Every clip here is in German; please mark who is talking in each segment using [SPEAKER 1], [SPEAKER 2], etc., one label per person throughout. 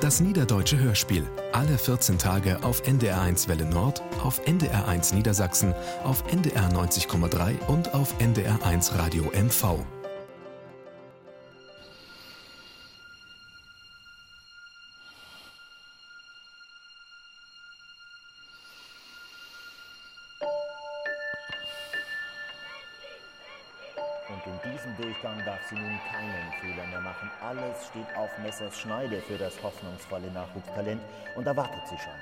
[SPEAKER 1] Das Niederdeutsche Hörspiel. Alle 14 Tage auf NDR1 Welle Nord, auf NDR1 Niedersachsen, auf NDR 90,3 und auf NDR1 Radio MV.
[SPEAKER 2] Und in diesem Durchgang darf sie nun keinen Fehler mehr machen. Alles steht auf Messers Schneide für das hoffnungsvolle Nachwuchstalent. Und da wartet sie schon.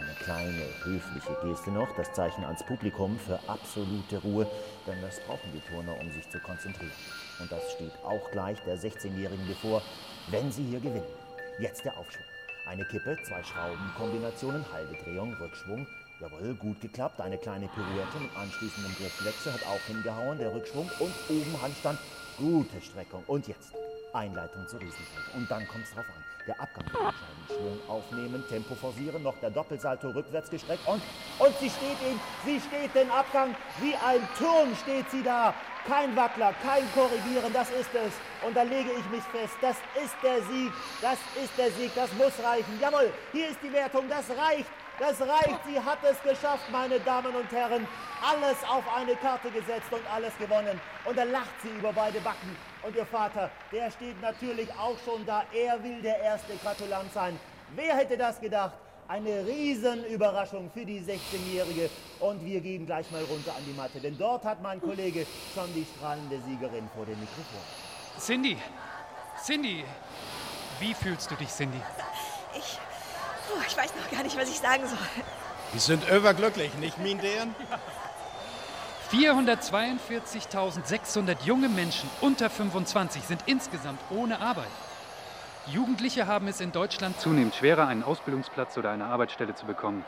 [SPEAKER 2] Eine kleine, höfliche Geste noch, das Zeichen ans Publikum für absolute Ruhe, denn das brauchen die Turner, um sich zu konzentrieren. Und das steht auch gleich der 16-Jährigen bevor, wenn sie hier gewinnen. Jetzt der Aufschwung. Eine Kippe, zwei Schrauben, Kombinationen, halbe Drehung, Rückschwung. Jawohl, gut geklappt. Eine kleine Pirouette mit anschließendem Griffwechsel um hat auch hingehauen. Der Rückschwung und oben Handstand. Gute Streckung. Und jetzt Einleitung zur Riesenfeld. Und dann kommt's drauf an. Der Abgang wird entscheiden. Schwung aufnehmen, Tempo forcieren, noch der Doppelsalto rückwärts gestreckt und, und sie steht ihn, sie steht den Abgang, wie ein Turm steht sie da. Kein Wackler, kein Korrigieren, das ist es. Und da lege ich mich fest, das ist der Sieg, das ist der Sieg, das muss reichen. Jawohl, hier ist die Wertung, das reicht. Das reicht, sie hat es geschafft, meine Damen und Herren. Alles auf eine Karte gesetzt und alles gewonnen. Und da lacht sie über beide Backen. Und ihr Vater, der steht natürlich auch schon da. Er will der erste Gratulant sein. Wer hätte das gedacht? Eine Riesenüberraschung für die 16-Jährige. Und wir gehen gleich mal runter an die Matte, denn dort hat mein Kollege schon die strahlende Siegerin vor dem Mikrofon.
[SPEAKER 3] Cindy, Cindy, wie fühlst du dich, Cindy?
[SPEAKER 4] Ich, puh, ich weiß noch gar nicht, was ich sagen soll.
[SPEAKER 5] Die sind überglücklich, nicht mein Deren?
[SPEAKER 3] 442.600 junge Menschen unter 25 sind insgesamt ohne Arbeit. Jugendliche haben es in Deutschland zunehmend schwerer, einen Ausbildungsplatz oder eine Arbeitsstelle zu bekommen.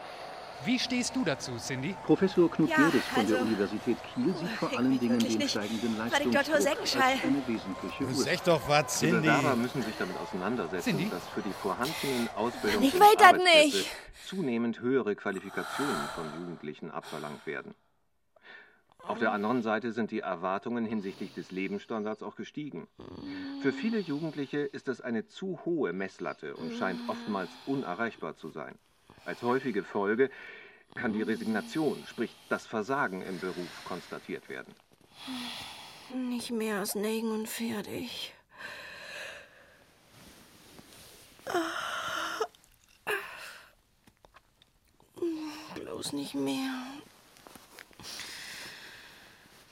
[SPEAKER 3] Wie stehst du dazu, Cindy?
[SPEAKER 6] Professor Knut
[SPEAKER 4] Ja,
[SPEAKER 6] Gerdes von der
[SPEAKER 4] also-
[SPEAKER 6] Universität Kiel sieht vor
[SPEAKER 4] regt
[SPEAKER 6] allen
[SPEAKER 4] mich
[SPEAKER 6] Dingen
[SPEAKER 4] wirklich
[SPEAKER 6] den
[SPEAKER 4] nicht.
[SPEAKER 6] steigenden
[SPEAKER 4] War die Dr.
[SPEAKER 6] Leistungsdruck als
[SPEAKER 4] Sengenschall?
[SPEAKER 6] eine wesentliche Ursache.
[SPEAKER 5] Sag doch was,
[SPEAKER 7] Die
[SPEAKER 5] Cindy.
[SPEAKER 7] Bewerber müssen sich damit auseinandersetzen,
[SPEAKER 3] Cindy?
[SPEAKER 7] dass für die vorhandenen Ausbildungs-
[SPEAKER 4] Ich
[SPEAKER 7] und
[SPEAKER 4] will das
[SPEAKER 7] Arbeitsplätze
[SPEAKER 4] nicht.
[SPEAKER 7] zunehmend höhere Qualifikationen von Jugendlichen abverlangt werden. Auf der anderen Seite sind die Erwartungen hinsichtlich des Lebensstandards auch gestiegen. Für viele Jugendliche ist das eine zu hohe Messlatte und scheint oftmals unerreichbar zu sein. Als häufige Folge kann die Resignation, sprich das Versagen im Beruf, konstatiert werden.
[SPEAKER 4] Nicht mehr als Nägen und fertig. Bloß nicht mehr.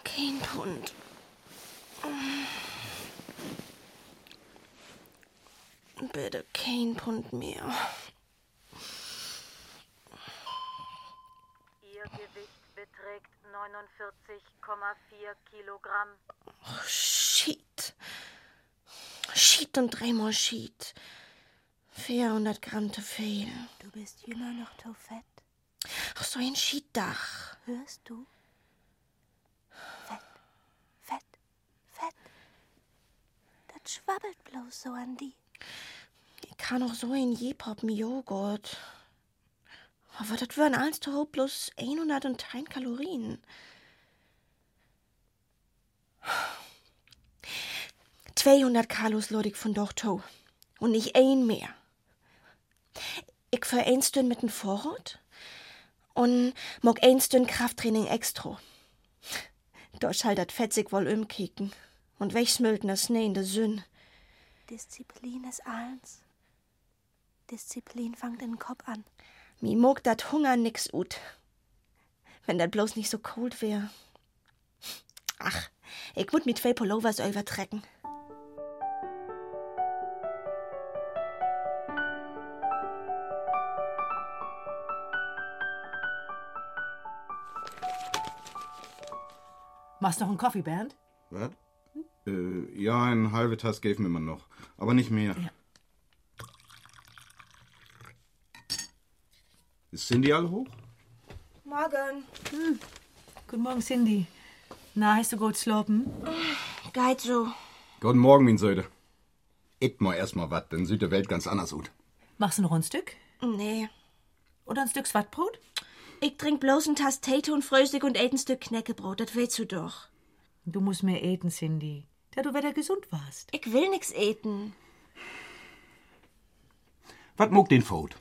[SPEAKER 4] Kein Pfund. Bitte kein Pfund mehr.
[SPEAKER 8] Ihr Gewicht beträgt 49,4 Kilogramm.
[SPEAKER 4] Shit. Shit und dreimal Shit. 400 Gramm zu viel.
[SPEAKER 9] Du bist immer noch zu fett.
[SPEAKER 4] Ach, so ein Schiedach.
[SPEAKER 9] Hörst du? Fett, fett, fett. Das schwabbelt bloß so an die.
[SPEAKER 4] Ich kann auch so ein Jepop Joghurt. Aber das wären alles doch bloß 110 Kalorien. 200 Kalos Lodik von Dorto. Und nicht ein mehr. Ich für ein Stünd mit dem Vorrat und mag ein Stünd Krafttraining extra. Dort halt das fetzig wohl umkicken und wegschmilten das Schnee in der Sünn.
[SPEAKER 9] Disziplin ist eins. Disziplin fängt den Kopf an.
[SPEAKER 4] Mi mog dat Hunger nix ut. Wenn dat bloß nicht so kalt wär. Ach, ich würd mit zwei Pullovers übertrecken.
[SPEAKER 10] Machst noch einen Coffee, Bernd?
[SPEAKER 11] Was? Äh, ja, ein halbe Tass gave mir man noch. Aber nicht mehr. Sind die alle hoch?
[SPEAKER 4] Morgen.
[SPEAKER 10] Hm. Guten Morgen, Cindy. Na, hast du gut schlafen?
[SPEAKER 4] Äh, Geht so.
[SPEAKER 11] Guten Morgen, mein Söder. Et mal erstmal wat, dann sieht der Welt ganz anders aus.
[SPEAKER 10] Machst du noch ein Stück?
[SPEAKER 4] Nee.
[SPEAKER 10] Oder ein Stück Swattbrot?
[SPEAKER 4] Ich trink bloß ein Tass Tee und Frühstück und ät ein Stück Knäckebrot. Dat willst du doch.
[SPEAKER 10] Du musst mehr eten, Cindy. Da du wieder gesund warst.
[SPEAKER 4] Ich will nix eten.
[SPEAKER 12] Was mog den Fod?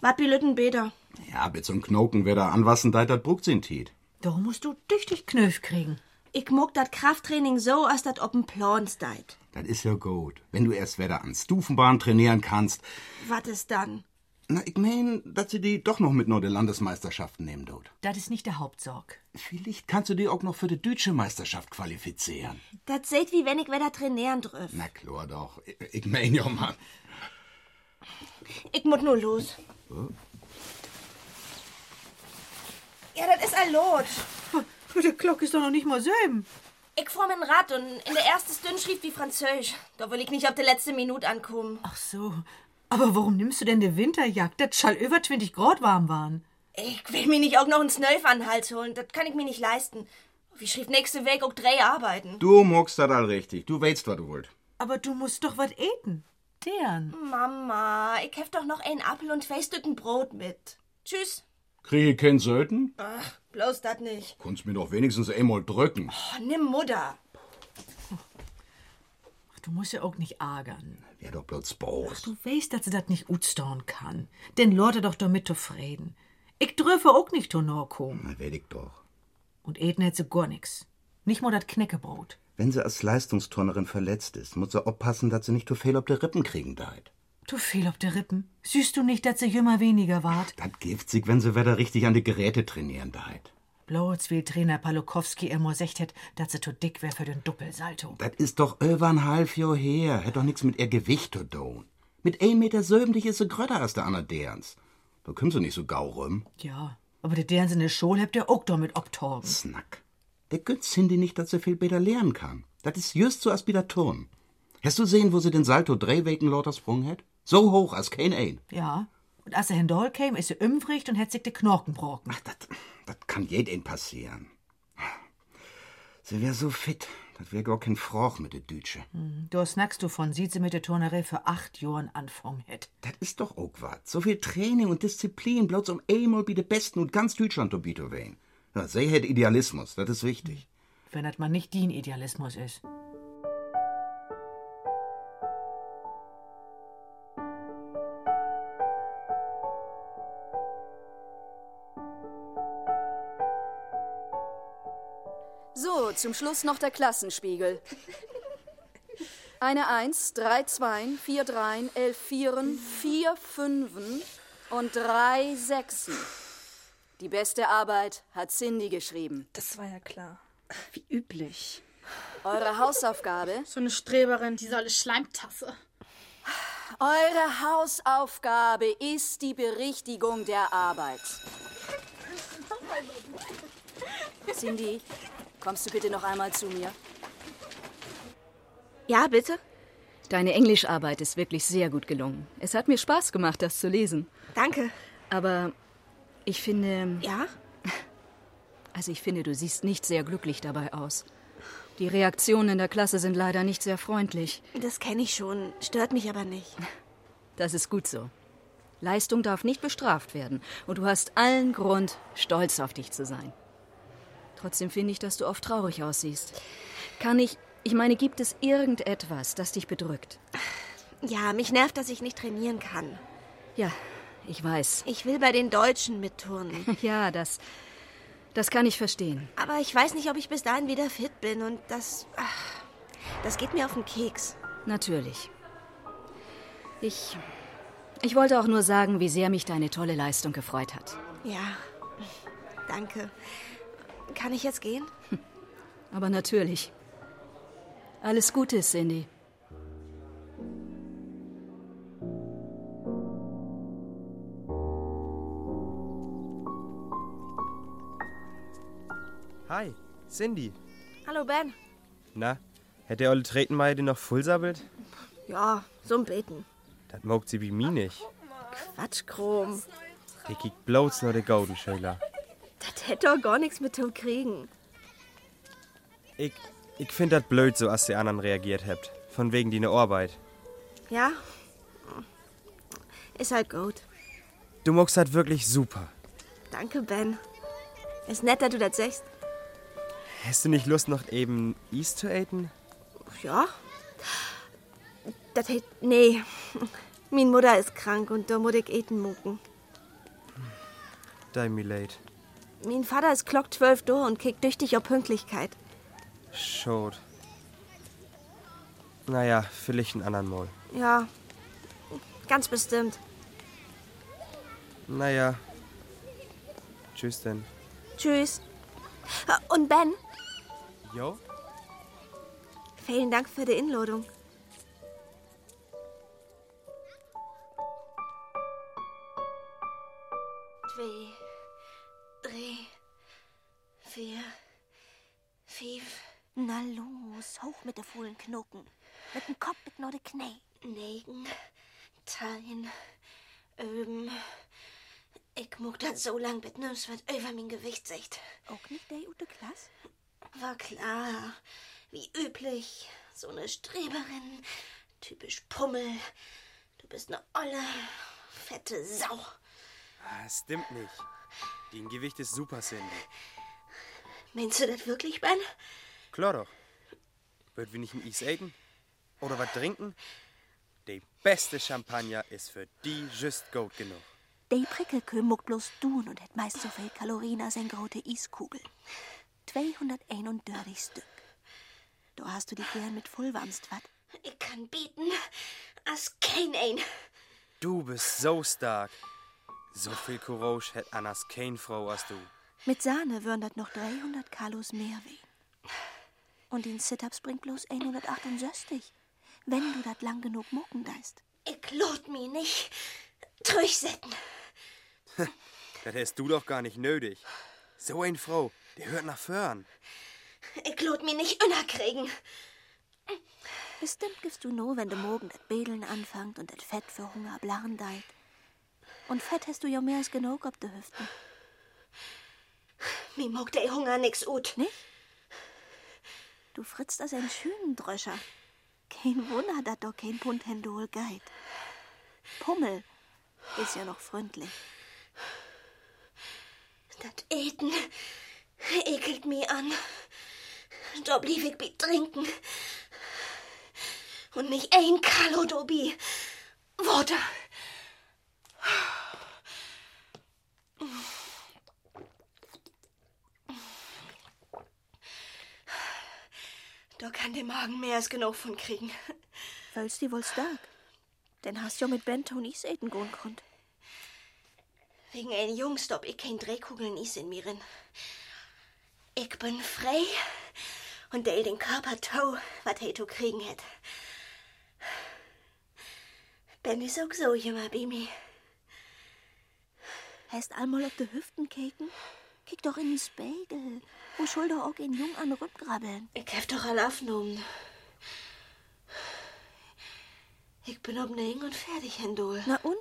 [SPEAKER 4] Wat bilden Bäder?
[SPEAKER 11] Ja, mit so'n Knoken, wer da anwassen deit, dat brugt sin Tiet.
[SPEAKER 4] Da musst du tüchtig Knöf kriegen. Ich mag dat Krafttraining so, als dat op'n Plan steigt.
[SPEAKER 11] Dat is ja gut. Wenn du erst Wetter an Stufenbahn trainieren kannst.
[SPEAKER 4] Wat ist dann?
[SPEAKER 11] Na, ich mein, dass sie die doch noch mit neue Landesmeisterschaften nehmen dort.
[SPEAKER 10] Das ist nicht der Hauptsorg.
[SPEAKER 11] Vielleicht kannst du die auch noch für die deutsche Meisterschaft qualifizieren.
[SPEAKER 4] Dat seht, wie wenn ich Wetter trainieren drüff.
[SPEAKER 11] Na klar doch. Ich, ich mein ja, Mann.
[SPEAKER 4] Ich muss nur los. Ja, das ist ein Lot.
[SPEAKER 10] Die Glocke ist doch noch nicht mal sieben.
[SPEAKER 4] Ich fahr mit dem Rad und in der ersten Stunde schrieb wie Französisch. Da will ich nicht auf der letzte Minute ankommen.
[SPEAKER 10] Ach so. Aber warum nimmst du denn die Winterjagd? Das schall über 20 Grad warm waren.
[SPEAKER 4] Ich will mir nicht auch noch einen Snölf an den Hals holen. Das kann ich mir nicht leisten. Wie schrieb nächste Weg auch drei Arbeiten.
[SPEAKER 11] Du muckst dat all richtig. Du weißt, was du wollt.
[SPEAKER 10] Aber du musst doch was eten. Deren.
[SPEAKER 4] Mama, ich hef doch noch einen Apfel und zwei Stücken Brot mit. Tschüss.
[SPEAKER 11] Kriege ich keinen Söten?
[SPEAKER 4] Ach, bloß das nicht.
[SPEAKER 11] Kannst mir doch wenigstens einmal drücken.
[SPEAKER 4] Oh, nimm Mutter.
[SPEAKER 10] Du musst ja auch nicht ärgern.
[SPEAKER 11] Wär doch bloß Boos.
[SPEAKER 10] Du weißt, dass sie das nicht utstauen kann. Denn Leute doch damit zufrieden. Ich dürfe auch nicht zu Nord kommen.
[SPEAKER 11] Na, werd ich doch.
[SPEAKER 10] Und eten hätte sie gar nix. Nicht mal das Knäckebrot.
[SPEAKER 11] Wenn sie als Leistungsturnerin verletzt ist, muss sie aufpassen, dass sie nicht zu viel auf die Rippen kriegen deit.
[SPEAKER 10] Du fehl auf der Rippen. Süßt du nicht, dass sie jümmer weniger wart?
[SPEAKER 11] Dat giftzig, wenn sie wieder richtig an die Geräte trainieren deit.
[SPEAKER 10] Bloß will Trainer Palukowski immer gesagt hätt, dass sie zu dick wär für den Doppelsalto.
[SPEAKER 11] Dat ist doch über ein halb Jahr her. Hat doch nix mit ihr Gewicht zu tun. Mit ein Meter sömdlich ist sie grötter als der Anna Derns. Da können sie nicht so gau rum.
[SPEAKER 10] Ja, aber die deren in der Schule habt ihr auch doch mit obtorben.
[SPEAKER 11] Snack. Der Götz Hindi nicht, dass sie viel besser lernen kann. Dat ist just so als wieder Turn. Hast du sehen, wo sie den Salto Drehwegen lauter Sprung hat? So hoch als kein ein.
[SPEAKER 10] Ja. Und als er hindol käm, ist sie ümpfrigt und hätt sich die Knorken brocken.
[SPEAKER 11] Ach, dat, dat kann jedem passieren. Sie wär so fit, dat wär gar kein Froch mit der Dütsche.
[SPEAKER 10] Hm, Da snackst du von sie sie mit der Turnerei für acht Jahren anfangen hätt.
[SPEAKER 11] Das ist doch auch was. So viel Training und Disziplin, bloß um einmal bei den Besten und ganz Deutschland zu bieten wählen. Ja, sie hat Idealismus, das ist wichtig.
[SPEAKER 10] Wenn das mal nicht dein Idealismus ist.
[SPEAKER 13] So, zum Schluss noch der Klassenspiegel. Eine Eins, drei Zweien, vier Dreien, elf Vieren, vier Fünfen und drei Sechsen. Die beste Arbeit hat Cindy geschrieben.
[SPEAKER 14] Das war ja klar. Wie üblich.
[SPEAKER 13] Eure Hausaufgabe?
[SPEAKER 15] So eine Streberin, diese olle Schleimtasse.
[SPEAKER 13] Eure Hausaufgabe ist die Berichtigung der Arbeit. Cindy, kommst du bitte noch einmal zu mir?
[SPEAKER 4] Ja, bitte?
[SPEAKER 16] Deine Englischarbeit ist wirklich sehr gut gelungen. Es hat mir Spaß gemacht, das zu lesen.
[SPEAKER 4] Danke.
[SPEAKER 16] Aber ich finde.
[SPEAKER 4] Ja?
[SPEAKER 16] Also ich finde, du siehst nicht sehr glücklich dabei aus. Die Reaktionen in der Klasse sind leider nicht sehr freundlich.
[SPEAKER 4] Das kenne ich schon, stört mich aber nicht.
[SPEAKER 16] Das ist gut so. Leistung darf nicht bestraft werden. Und du hast allen Grund, stolz auf dich zu sein. Trotzdem finde ich, dass du oft traurig aussiehst. Kann ich. Ich meine, gibt es irgendetwas, das dich bedrückt?
[SPEAKER 4] Ja, mich nervt, dass ich nicht trainieren kann.
[SPEAKER 16] Ja, ich weiß.
[SPEAKER 4] Ich will bei den Deutschen mitturnen.
[SPEAKER 16] Ja, das. Das kann ich verstehen.
[SPEAKER 4] Aber ich weiß nicht, ob ich bis dahin wieder fit bin und das. Ach, das geht mir auf den Keks.
[SPEAKER 16] Natürlich. Ich. Ich wollte auch nur sagen, wie sehr mich deine tolle Leistung gefreut hat.
[SPEAKER 4] Ja, danke. Kann ich jetzt gehen?
[SPEAKER 16] Aber natürlich. Alles Gute, Cindy.
[SPEAKER 17] Hi, Cindy.
[SPEAKER 4] Hallo, Ben.
[SPEAKER 17] Na, hätte der olle Tretenmeier den noch vollsabbelt?
[SPEAKER 4] Ja, so ein Beten.
[SPEAKER 17] Das mogt sie wie mir nicht.
[SPEAKER 4] Quatsch, Chrom.
[SPEAKER 17] Der kiegt bloß noch der Gaudenschöler.
[SPEAKER 4] Das hätte doch gar nichts mit dem kriegen.
[SPEAKER 17] Ich, ich find das blöd, so als die anderen reagiert habt. Von wegen die ne Arbeit.
[SPEAKER 4] Ja? Ist halt gut.
[SPEAKER 17] Du mockst das wirklich super.
[SPEAKER 4] Danke, Ben. Ist nett, dass du das sagst.
[SPEAKER 17] Hast du nicht Lust, noch eben Eis zu essen?
[SPEAKER 4] Ja? Das hätte. Nee.
[SPEAKER 18] Min Mutter ist krank und da muss ich eten mucken.
[SPEAKER 17] Dein Milad.
[SPEAKER 18] Min Vater ist Glock 12 Uhr und kickt tüchtig auf Pünktlichkeit.
[SPEAKER 17] Schot. Naja, vielleicht einen anderen Mal.
[SPEAKER 18] Ja, ganz bestimmt.
[SPEAKER 17] Naja. Tschüss denn.
[SPEAKER 18] Tschüss. Äh, Und Ben,
[SPEAKER 17] Jo?
[SPEAKER 18] vielen Dank für die Inladung.
[SPEAKER 4] Zwei, drei, vier, fünf.
[SPEAKER 19] Na los, hoch mit der faulen Knochen. Mit dem Kopf, mit nur de Knie.
[SPEAKER 4] Negen, Tein, Öben. Ich muck das so lang mit nüs, was über mein Gewicht sicht.
[SPEAKER 19] Auch nicht der gute Klass?
[SPEAKER 4] War klar, wie üblich, so eine Streberin, typisch Pummel. Du bist ne olle, fette Sau.
[SPEAKER 17] Ah, es stimmt nicht. Dein Gewicht ist super, Cindy.
[SPEAKER 4] Meinst du das wirklich, Ben?
[SPEAKER 17] Klar doch. Wird wir nicht ein Eis essen? Oder was trinken? Die beste Champagner ist für die just gut genug.
[SPEAKER 19] De Prickelkühl muckt bloß tun und hat meist so viel Kalorien als ein grote Eiskugel. 231 Stück. Du hast du die gern mit vollwarmst, wat?
[SPEAKER 4] Ich kann bieten, als kein ein.
[SPEAKER 17] Du bist so stark. So viel Courage hätt Annas kein Frau als du.
[SPEAKER 19] Mit Sahne würden dat noch 300 Kalos mehr wehen. Und den Sit-Ups bringt bloß 168, wenn du dat lang genug mucken deist.
[SPEAKER 4] Ich lot mich nicht durchsetzen.
[SPEAKER 17] Das hättest du doch gar nicht nötig. So ein Frau, der hört nach vorn.
[SPEAKER 4] Ich lot mich nicht unerkriegen.
[SPEAKER 19] Bestimmt gibst du nur, wenn de morgen dat Bedeln anfangt und dat Fett für Hunger blarren deit. Und Fett hast du ja mehr als genug ob de Hüften.
[SPEAKER 4] Mir mag der Hunger nix ut.
[SPEAKER 19] Nicht? Du fritzt also als ein Schünendröscher. Kein Wunder, dass doch kein Pund Hendol geht. Pummel ist ja noch freundlich.
[SPEAKER 4] Dat Eten ekelt mich an. Da blieb ich bi trinken. Und nicht ein Kalo dobi. Worte. Da kann der Magen mehr als genug von kriegen.
[SPEAKER 19] Fühlst die wohl stark? Denn hast ja mit Bento nicht eten gehen konnt.
[SPEAKER 4] Wegen ein Jungs, ob ich kein Drehkugeln is in mirin. Ich bin frei und der den Körper tau, wat he to kriegen hätt. Ben is auch so jemand bei mir.
[SPEAKER 19] Hast einmal auf de Hüften keken? Kick doch in den Spiegel. Und schuld doch auch in Jung an Rückgrabbeln.
[SPEAKER 4] Ich hab doch alle aufgenommen. Ich bin ob ne Hing und fertig, Hendol.
[SPEAKER 19] Na und?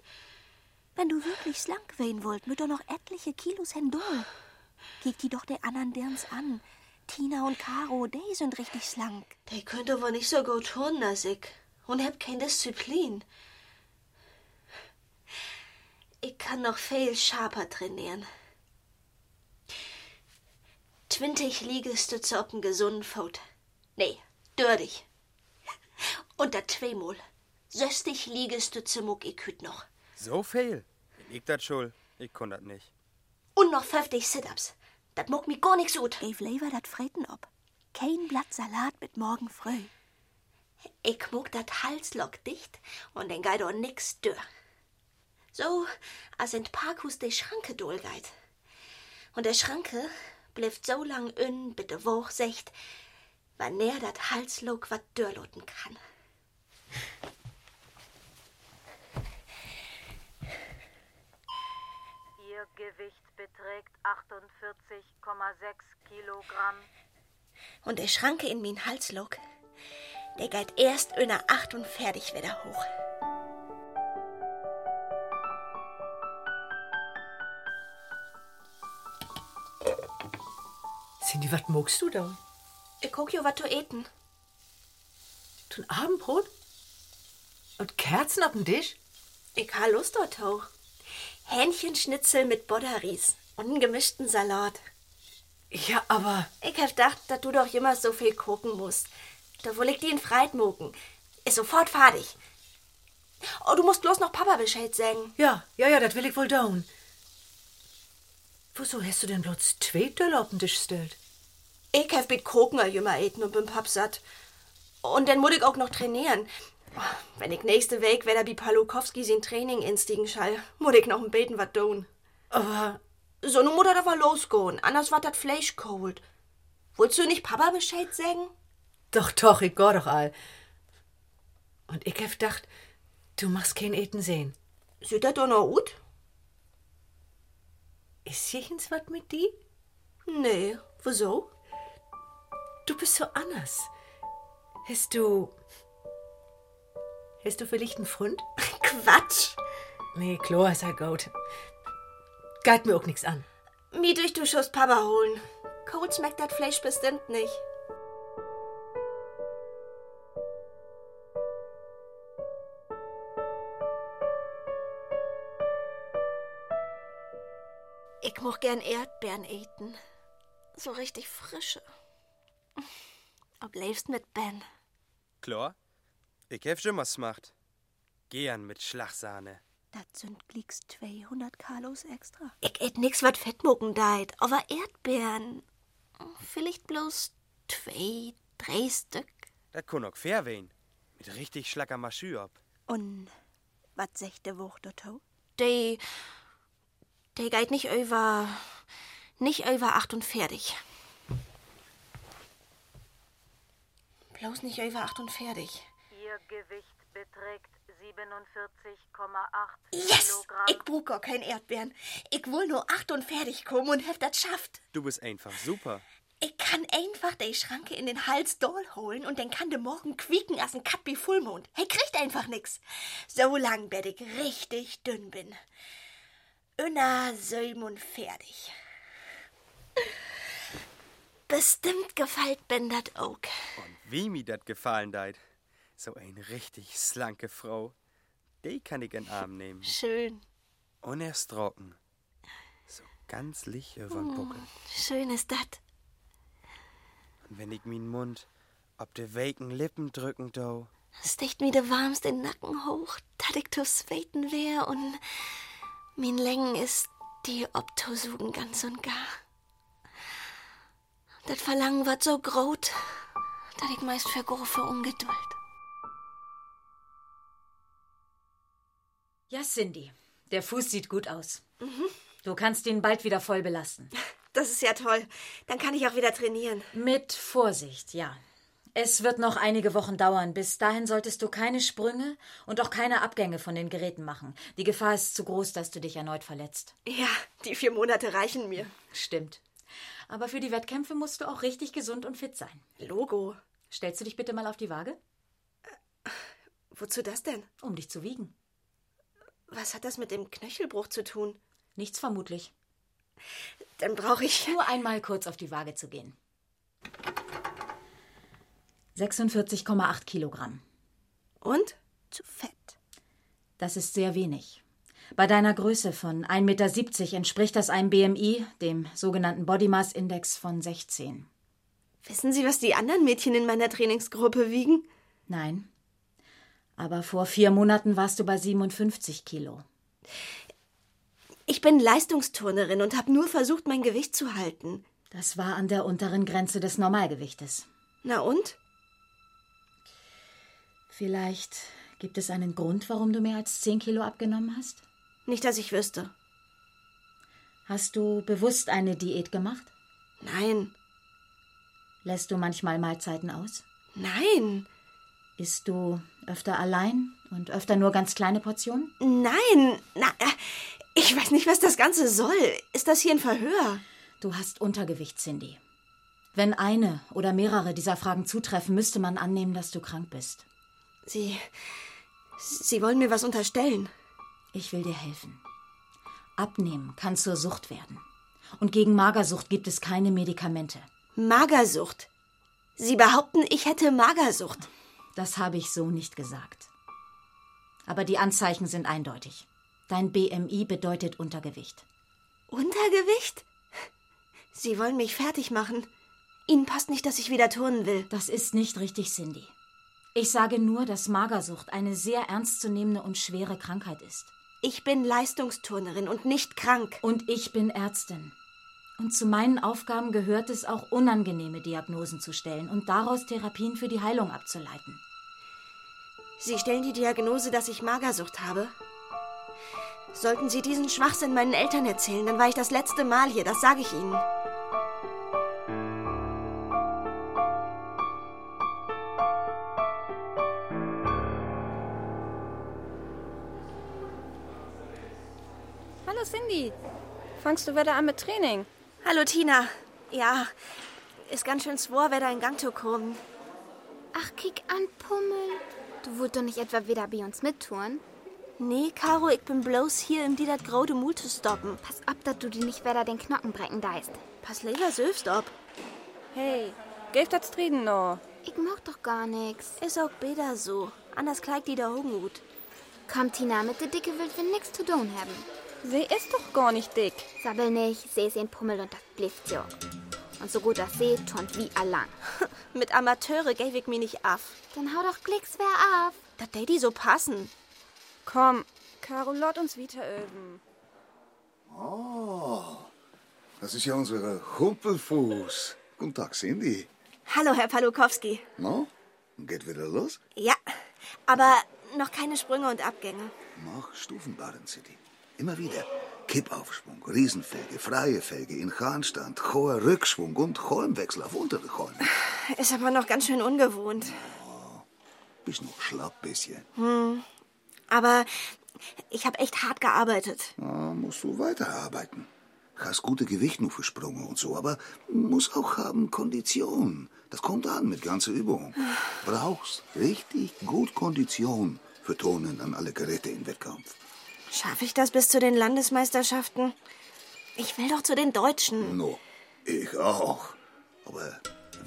[SPEAKER 19] Wenn du wirklich slank werden wollt, müsst doch noch etliche Kilos Hendol. Kick die doch der anderen Dirns an. Tina und Caro, die sind richtig slank.
[SPEAKER 4] Der könnt aber nicht so gut tun, als ich. Und hab kein Disziplin. Ich kann noch viel scharfer trainieren. 20 Liegestütze auf dem gesunden Foot. Nee, dürdig. Und da zweimal. 60 Liegestütze muck ich hüt noch.
[SPEAKER 17] So viel? Bin ich das schuld? Ich konnt das nicht.
[SPEAKER 4] Und noch 50 Sit-Ups. Dat muck mi gar nix ut.
[SPEAKER 19] Gave Lever dat Freten ob. Kein Blatt Salat mit morgen früh.
[SPEAKER 4] Ich muck dat Halslock dicht und den Geido nix dör. So, als in Parkhus de Schranke dolgeit. Und der Schranke bleibt so lang ön, bitte woch secht, wann näher dat Halslock wat dörloten kann.
[SPEAKER 8] Ihr Gewicht beträgt 48,6 Kilogramm.
[SPEAKER 4] Und der Schranke in min Halslock, der geit erst öner acht und fertig wieder hoch.
[SPEAKER 10] Cindy, was magst du da?
[SPEAKER 4] Ich guck jo wat zu eten.
[SPEAKER 10] Du ein Abendbrot? Und Kerzen auf dem Tisch?
[SPEAKER 4] Ich ha Lust dort auch. Hähnchenschnitzel mit Bodderies und einen gemischten Salat.
[SPEAKER 10] Ja, aber.
[SPEAKER 4] Ich hab gedacht, dass du doch immer so viel gucken musst. Da wo liegt die in Freit mucken. Ist sofort fertig. Oh, du musst bloß noch Papa Bescheid sagen.
[SPEAKER 10] Ja, ja, ja, das will ich wohl down. Wieso hast du denn bloß zwei Döller auf den Tisch gestellt?
[SPEAKER 4] Ich hab mit Kokener jünger eten und bin pappsatt. Und dann muss ich auch noch trainieren. Wenn ich nächste Weg weder wie Palukowski sein Training instigen schall, muss ich noch ein beten wat tun.
[SPEAKER 10] Aber
[SPEAKER 4] so nu Mutter da war losgehen, anders war dat Fleisch cold. Wolltest du nicht Papa Bescheid sagen?
[SPEAKER 10] Doch, doch, ich geh doch all. Und ich hab gedacht, du machst kein Eten sehen.
[SPEAKER 4] Sieht dat doch noch gut?
[SPEAKER 10] Ist jechens wat mit dir?
[SPEAKER 4] Nee, wieso?
[SPEAKER 10] Du bist so anders. Hast du. Hast du vielleicht einen Freund?
[SPEAKER 4] Quatsch!
[SPEAKER 10] Nee, Chlor ist halt gut. Geht mir auch nichts an.
[SPEAKER 4] Mir durch du Schuss Papa holen. Cold schmeckt das Fleisch bestimmt nicht. Ich moch gern Erdbeeren eten. So richtig frische. Ob lebst mit Ben?
[SPEAKER 17] Chlor, ich hab schon was gemacht. Gern mit Schlagsahne.
[SPEAKER 20] Das sind glicks 200 Kalos extra.
[SPEAKER 4] Ich et nix, wat Fettmucken deit, aber Erdbeeren. Hm, Vielleicht bloß zwei, drei Stück.
[SPEAKER 17] Das kann auch fair wehen. Mit richtig schlacker Maschü ab.
[SPEAKER 20] Und wat sagt der Wuchtoto?
[SPEAKER 4] Die. Die geht nicht über. Nicht über 48. Bloß nicht über 48.
[SPEAKER 8] Ihr Gewicht beträgt 47,8
[SPEAKER 4] Yes!
[SPEAKER 8] Kilogramm.
[SPEAKER 4] Ich brauch gar kein Erdbeeren. Ich will nur 48 kommen und hab das schafft.
[SPEAKER 17] Du bist einfach super.
[SPEAKER 4] Ich kann einfach die Schranke in den Hals doll holen und dann kann de morgen quieken als ein Kat wie Fullmond. He kriegt einfach nix. So lang, werd ich richtig dünn bin. Öna Sölmund fertig. Bestimmt gefällt Ben dat auch.
[SPEAKER 17] Und wie mir das gefallen deit. So ein richtig slanke Frau. Die kann ich in den Arm nehmen.
[SPEAKER 4] Schön.
[SPEAKER 17] Und erst trocken. So ganz lich
[SPEAKER 4] Oh.
[SPEAKER 17] übern Buckel.
[SPEAKER 4] Hm, Schön ist dat.
[SPEAKER 17] Und wenn ich min Mund ob de welken Lippen drücken do.
[SPEAKER 4] Sticht mir de warmst den Nacken hoch, dat ich tus Weten wär und min Längen ist die Obtosugen ganz und gar. Dat Verlangen ward so grot, dat ich meist vergor für Ungeduld.
[SPEAKER 21] Ja, Cindy, der Fuß sieht gut aus. Du kannst ihn bald wieder voll belasten.
[SPEAKER 4] Das ist ja toll. Dann kann ich auch wieder trainieren.
[SPEAKER 21] Mit Vorsicht, ja. Es wird noch einige Wochen dauern. Bis dahin solltest du keine Sprünge und auch keine Abgänge von den Geräten machen. Die Gefahr ist zu groß, dass du dich erneut verletzt.
[SPEAKER 4] Ja, die vier Monate reichen mir.
[SPEAKER 21] Stimmt. Aber für die Wettkämpfe musst du auch richtig gesund und fit sein.
[SPEAKER 4] Logo. Äh,
[SPEAKER 21] Stellst du dich bitte mal auf die Waage?
[SPEAKER 4] Wozu das denn?
[SPEAKER 21] Um dich zu wiegen.
[SPEAKER 4] Was hat das mit dem Knöchelbruch zu tun?
[SPEAKER 21] Nichts vermutlich.
[SPEAKER 4] Dann brauche ich.
[SPEAKER 21] Nur einmal kurz auf die Waage zu gehen. 46,8 Kilogramm.
[SPEAKER 4] Und? Zu fett.
[SPEAKER 21] Das ist sehr wenig. Bei deiner Größe von 1,70 Meter entspricht das einem BMI, dem sogenannten Body Mass Index von 16.
[SPEAKER 4] Wissen Sie, was die anderen Mädchen in meiner Trainingsgruppe wiegen?
[SPEAKER 21] Nein. Aber vor vier Monaten warst du bei 57 Kilo.
[SPEAKER 4] Ich bin Leistungsturnerin und habe nur versucht, mein Gewicht zu halten.
[SPEAKER 21] Das war an der unteren Grenze des Normalgewichtes.
[SPEAKER 4] Na und?
[SPEAKER 21] Vielleicht gibt es einen Grund, warum du mehr als 10 Kilo abgenommen hast?
[SPEAKER 4] Nicht, dass ich wüsste.
[SPEAKER 21] Hast du bewusst eine Diät gemacht?
[SPEAKER 4] Nein,
[SPEAKER 21] Lässt du manchmal Mahlzeiten aus?
[SPEAKER 4] nein,
[SPEAKER 21] Isst du öfter allein und öfter nur ganz kleine Portionen?
[SPEAKER 4] nein. Na, äh, ich weiß nicht, was das Ganze soll. Ist das hier ein Verhör?
[SPEAKER 21] Du hast Untergewicht, Cindy. Wenn eine oder mehrere dieser Fragen zutreffen, müsste man annehmen, dass du krank bist.
[SPEAKER 4] Sie. Sie wollen mir was unterstellen.
[SPEAKER 21] Ich will dir helfen. Abnehmen kann zur Sucht werden. Und gegen Magersucht gibt es keine Medikamente.
[SPEAKER 4] Magersucht. Sie behaupten, ich hätte Magersucht.
[SPEAKER 21] Das habe ich so nicht gesagt. Aber die Anzeichen sind eindeutig. Dein BMI bedeutet Untergewicht.
[SPEAKER 4] Untergewicht? Sie wollen mich fertig machen. Ihnen passt nicht, dass ich wieder turnen will.
[SPEAKER 21] Das ist nicht richtig, Cindy. Ich sage nur, dass Magersucht eine sehr ernstzunehmende und schwere Krankheit ist.
[SPEAKER 4] Ich bin Leistungsturnerin und nicht krank.
[SPEAKER 21] Und ich bin Ärztin. Und zu meinen Aufgaben gehört es auch, unangenehme Diagnosen zu stellen und daraus Therapien für die Heilung abzuleiten.
[SPEAKER 4] Sie stellen die Diagnose, dass ich Magersucht habe. Sollten Sie diesen Schwachsinn meinen Eltern erzählen, dann war ich das letzte Mal hier, das sage ich Ihnen.
[SPEAKER 22] Hallo Cindy, fangst du wieder an mit Training?
[SPEAKER 4] Hallo Tina. Ja, ist ganz schön schwor, wieder in Gang zu kommen.
[SPEAKER 23] Ach, kick an, Pummel. Du würdest doch nicht etwa wieder bei uns mittun?
[SPEAKER 4] Nee, Caro, ich bin bloß hier, um dir das große Mut zu stoppen.
[SPEAKER 23] Pass ab, dass du dir nicht wieder den Knochen brechen deist.
[SPEAKER 4] Pass lieber selbst ab.
[SPEAKER 22] Hey, geht das Trieden noch?
[SPEAKER 23] Ich mag doch gar nix.
[SPEAKER 4] Ist auch besser so. Anders kleid die da Augen gut.
[SPEAKER 23] Komm, Tina, mit der Dicke will wir nix zu tun haben.
[SPEAKER 22] Sie ist doch gar nicht dick.
[SPEAKER 23] Sabbel nicht, sie ist ein Pummel und das blifft so. Und so gut das sie turnt wie allang.
[SPEAKER 4] Mit Amateure gäbe ich mir nicht af.
[SPEAKER 23] Dann hau doch Glicks wer auf.
[SPEAKER 4] Das die so passen.
[SPEAKER 22] Komm, Caro, lot uns wieder üben.
[SPEAKER 24] Oh, das ist ja unsere Humpelfuß. Guten Tag, Cindy.
[SPEAKER 4] Hallo, Herr Palukowski.
[SPEAKER 24] No? Geht wieder los?
[SPEAKER 4] Ja, aber noch keine Sprünge und Abgänge.
[SPEAKER 24] Mach Stufenbaden, Cindy. Immer wieder. Kippaufschwung, Riesenfelge, freie Felge, in Kranstand, hoher Rückschwung und Holmwechsel auf untere Holm.
[SPEAKER 4] Ist aber noch ganz schön ungewohnt.
[SPEAKER 24] Oh, bist noch schlapp bisschen.
[SPEAKER 4] Hm. Aber ich habe echt hart gearbeitet.
[SPEAKER 24] Ja, musst du weiterarbeiten. Hast gute Gewicht nur für Sprünge und so, aber muss auch haben Kondition. Das kommt an mit ganzer Übung. Brauchst richtig gut Kondition für Tonen an alle Geräte im Wettkampf.
[SPEAKER 4] Schaffe ich das bis zu den Landesmeisterschaften? Ich will doch zu den Deutschen.
[SPEAKER 24] No, ich auch. Aber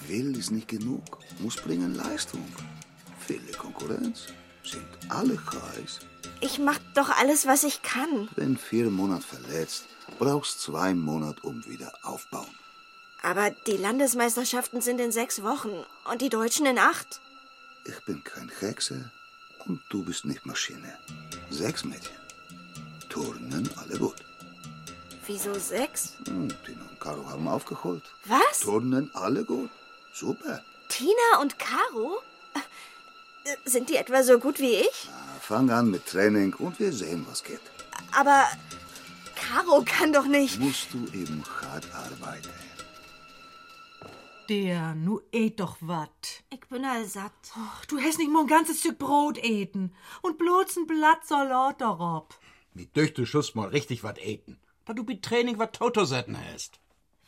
[SPEAKER 24] will ist nicht genug. Muss bringen Leistung. Viele Konkurrenz. Sind alle heiß.
[SPEAKER 4] Ich mach doch alles, was ich kann.
[SPEAKER 24] Wenn vier Monate verletzt, brauchst zwei Monate, um wieder aufbauen.
[SPEAKER 4] Aber die Landesmeisterschaften sind in sechs Wochen und die Deutschen in acht.
[SPEAKER 24] Ich bin kein Hexe und du bist nicht Maschine. Sechs Mädchen. Turnen alle gut.
[SPEAKER 4] Wieso sechs?
[SPEAKER 24] Hm, Tina und Caro haben aufgeholt.
[SPEAKER 4] Was?
[SPEAKER 24] Turnen alle gut. Super.
[SPEAKER 4] Tina und Caro? Äh, sind die etwa so gut wie ich?
[SPEAKER 24] Na, fang an mit Training und wir sehen, was geht.
[SPEAKER 4] Aber Caro kann doch nicht.
[SPEAKER 24] Musst du eben hart arbeiten.
[SPEAKER 10] Der, nu et doch wat.
[SPEAKER 4] Ich bin all satt.
[SPEAKER 10] Och, du hättest nicht mal ein ganzes Stück Brot eten. Und bloß ein Blatt Salat darauf.
[SPEAKER 11] Mit durch du Schuss mal richtig wat eten. Da du mit Training wat Totosetten hast.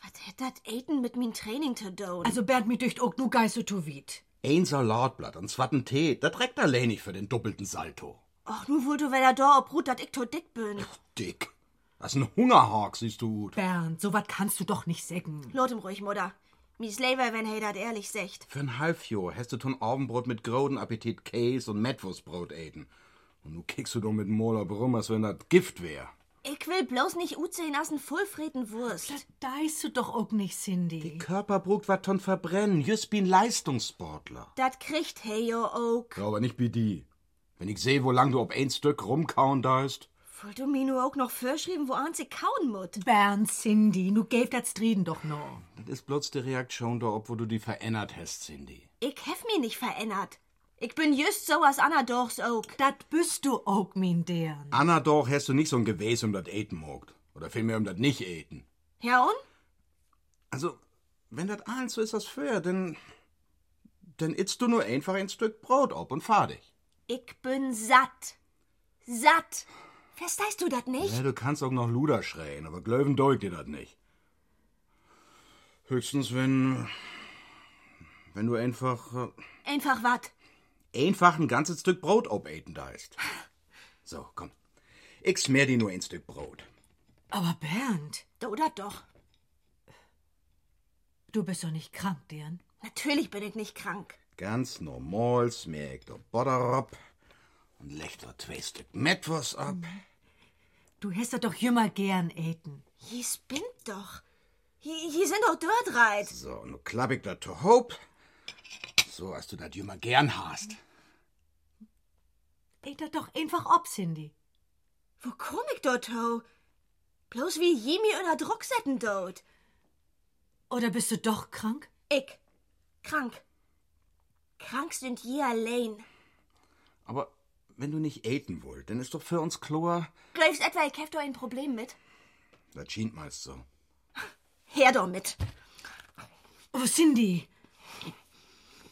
[SPEAKER 4] Was hätt dat eten mit min Training zu tun?
[SPEAKER 10] Also Bernd mit durch auch nu geiße tu wit.
[SPEAKER 11] Ein Salatblatt und zwatten Tee, dat reckt allein für den doppelten Salto.
[SPEAKER 4] Och, nu wohl du wieder da, Brut, dat ich to dick bin.
[SPEAKER 11] Ach, dick. Das ein Hungerhag, siehst du gut.
[SPEAKER 10] Bernd, so wat kannst du doch nicht säcken.
[SPEAKER 4] Lot im ruhig, Mutter. Mies Lever, wenn hey dat ehrlich secht.
[SPEAKER 11] Für ein Halfjo hast du ton Abendbrot mit groden Appetit Käse und Mettwurstbrot eten. Und du kickst du doch mit Moller rum, als wenn das Gift wär.
[SPEAKER 4] Ich will bloß nicht Uze nassen Vollfretenwurst.
[SPEAKER 10] Das deist du doch auch nicht, Cindy.
[SPEAKER 11] Die Körperbrut war ton verbrennen. Just bin Leistungssportler.
[SPEAKER 4] Dat kriegt oh. Heyo auch.
[SPEAKER 11] Ja, aber nicht wie die. Wenn ich seh, wo lang du ob ein Stück rumkauen deist.
[SPEAKER 4] Wollt du mir nur auch noch verschrieben, wo an sie kauen mut?
[SPEAKER 10] Bernd, Cindy, nu gäb das Trieden doch noch.
[SPEAKER 11] Das ist bloß die Reaktion da, ob wo du die verändert hast, Cindy.
[SPEAKER 4] Ich hef mich nicht verändert. Ich bin just so als Anna Dorchs auch.
[SPEAKER 10] Dat bist du auch, mein Dern.
[SPEAKER 11] Anna Dorch hast du nicht so'n Gewäß, um dat eten mogt. Oder vielmehr um dat nicht eten.
[SPEAKER 4] Ja und?
[SPEAKER 11] Also, wenn dat alles so ist, was früher, denn. denn itzt du nur einfach ein Stück Brot ab und fahr dich.
[SPEAKER 4] Ich bin satt. Satt. Verstehst du dat nicht?
[SPEAKER 11] Ja, du kannst auch noch Luder schreien, aber Glöwen deugt dir dat nicht. Höchstens, wenn. wenn du einfach. äh,
[SPEAKER 4] Einfach wat?
[SPEAKER 11] einfach ein ganzes Stück Brot obäten da ist. So, komm. Ich schmier dir nur ein Stück Brot.
[SPEAKER 10] Aber Bernd.
[SPEAKER 4] Oder doch.
[SPEAKER 10] Du bist doch nicht krank, Dian.
[SPEAKER 4] Natürlich bin ich nicht krank.
[SPEAKER 11] Ganz normal schmier ich der Butter ab und lech da zwei Stück Metwurst ab.
[SPEAKER 10] Du hättest das doch jümmer gern äten.
[SPEAKER 4] Hier spinnt doch. Hier, hier sind doch dort reit.
[SPEAKER 11] So, nun klapp ich da to hope. So, als du das immer gern hast.
[SPEAKER 10] Date das doch einfach ab, Cindy.
[SPEAKER 4] Wo komik dort ho? Bloß wie Jemi unter Druck setten dort.
[SPEAKER 10] Oder bist du doch krank?
[SPEAKER 4] Ich. Krank. Krank sind je allein.
[SPEAKER 11] Aber wenn du nicht äten wollt, dann ist doch für uns Chlor.
[SPEAKER 4] Glaubst etwa, ich hab da ein Problem mit?
[SPEAKER 11] Das schien meist so.
[SPEAKER 4] Her damit.
[SPEAKER 10] Oh, Cindy.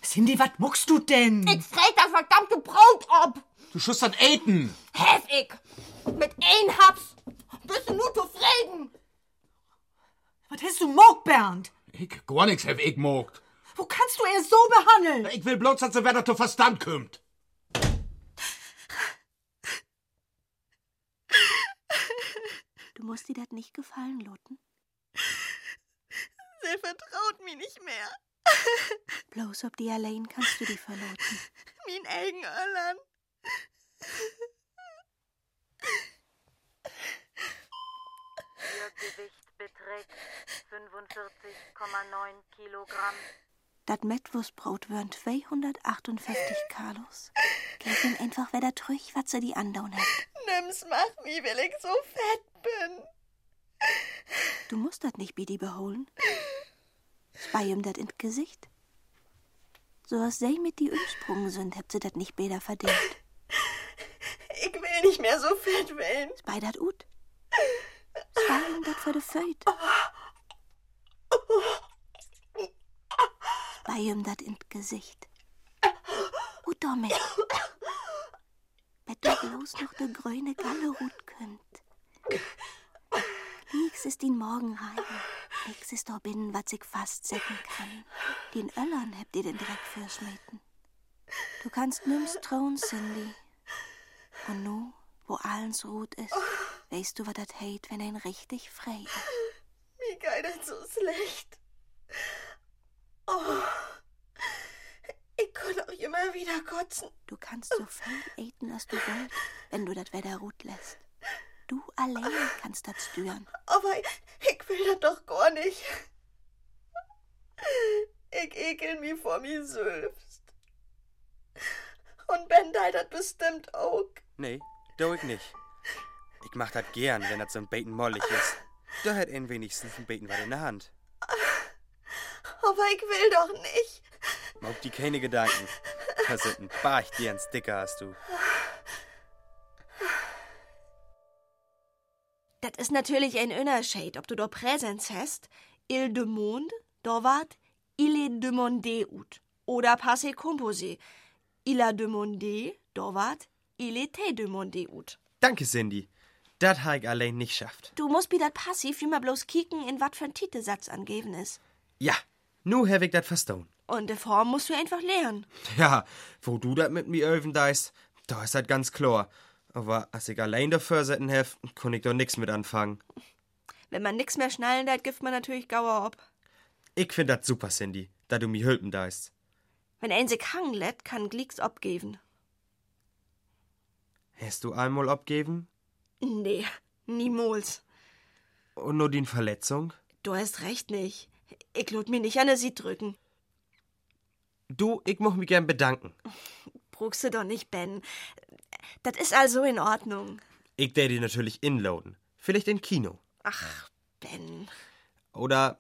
[SPEAKER 10] Cindy, was muckst du denn?
[SPEAKER 4] Ich fress das verdammte Brot ab.
[SPEAKER 11] Du schust an Aiden.
[SPEAKER 4] Hef ich. Mit ein Haps. Bist du nur zufrieden?
[SPEAKER 10] Was hast du mockt, Bernd?
[SPEAKER 11] Ich, gar nix hab ich mogt.
[SPEAKER 10] Wo kannst du er so behandeln?
[SPEAKER 11] Ich will bloß, dass der Wetter zu Verstand kommt.
[SPEAKER 4] Du musst dir das nicht gefallen, Loten.
[SPEAKER 22] Sie vertraut mir nicht mehr.
[SPEAKER 4] Bloß ob die allein kannst du die verloten.
[SPEAKER 22] Mein eigen Irland.
[SPEAKER 8] Ihr Gewicht beträgt 45,9 Kilogramm.
[SPEAKER 4] Das Mettwurstbrot wären 258 Carlos. Geht ihm einfach wieder durch, was er die andauern hat.
[SPEAKER 22] Nimm's, mach mich, weil ich so fett bin.
[SPEAKER 4] Du musst das nicht Bidi beholen. Spei ihm das ins Gesicht. So was sei mit die Umsprungen sind, habt sie das nicht besser verdient.
[SPEAKER 22] Ich will nicht mehr so fett werden.
[SPEAKER 4] Spei dat ut. Spei ihm dat für de Föit. Spei ihm dat ins Gesicht. Ut damit. Wenn du bloß noch de grüne Galle rut könnt. Nix ist den Morgenreigen. Nix ist da binnen, was ich fast säcken kann. Den Öllern habt ihr den Dreck fürs Mäten. Du kannst nimmst trauen, Cindy. Und nu, wo allens ruht ist, weißt du, was das hält, wenn ein richtig frei ist.
[SPEAKER 22] Mir geht das so schlecht. Oh. Ich kann auch immer wieder kotzen.
[SPEAKER 4] Du kannst so viel eten, als du willst, wenn du das Wetter ruht lässt. Du allein kannst das stören.
[SPEAKER 22] Aber ich, ich will das doch gar nicht. Ich ekel mich vor mir selbst. Und Ben deit das bestimmt auch.
[SPEAKER 17] Nee, do ich nicht. Ich mach das gern, wenn das so ein Beten mollig ist. Da hat ihn wenigstens ein Beten was in der Hand.
[SPEAKER 22] Aber ich will doch nicht.
[SPEAKER 17] Mach die keine Gedanken. Das sind ein paar Dians dicker hast du.
[SPEAKER 4] Das ist natürlich ein Unterschied, ob du da Präsenz hast, il de monde, da wart, il est demandé ut. Oder passé composé, il a demandé, da wart, il était demandé ut.
[SPEAKER 17] Danke, Cindy. Das ha ich allein nicht schafft.
[SPEAKER 4] Du musst bi dat Passiv immer bloß kicken, in wat für ein Titelsatz angeben ist.
[SPEAKER 17] Ja, nu hab ich dat verstanden.
[SPEAKER 4] Und de Form musst du einfach lernen.
[SPEAKER 17] Ja, wo du dat mit mir öven deist, da ist dat ganz klar. Aber als ich allein dafür setten hef, kon ich doch nix mit anfangen.
[SPEAKER 4] Wenn man nix mehr schnallen deit, gibt man natürlich Gauer ob.
[SPEAKER 17] Ich find dat super, Cindy, da du mi hülpen deist.
[SPEAKER 4] Wenn ein sich hangen lädt, kann Glicks obgeben.
[SPEAKER 17] Hast du einmal obgeben?
[SPEAKER 4] Nee, niemals.
[SPEAKER 17] Und nur die Verletzung?
[SPEAKER 4] Du hast recht nicht. Ich lot mir nicht an der Sied drücken.
[SPEAKER 17] Du, ich moch mi gern bedanken.
[SPEAKER 4] Brugst du doch nicht, Ben. Das ist also in Ordnung.
[SPEAKER 17] Ich dä die natürlich inloaden. Vielleicht in Kino.
[SPEAKER 4] Ach, Ben.
[SPEAKER 17] Oder.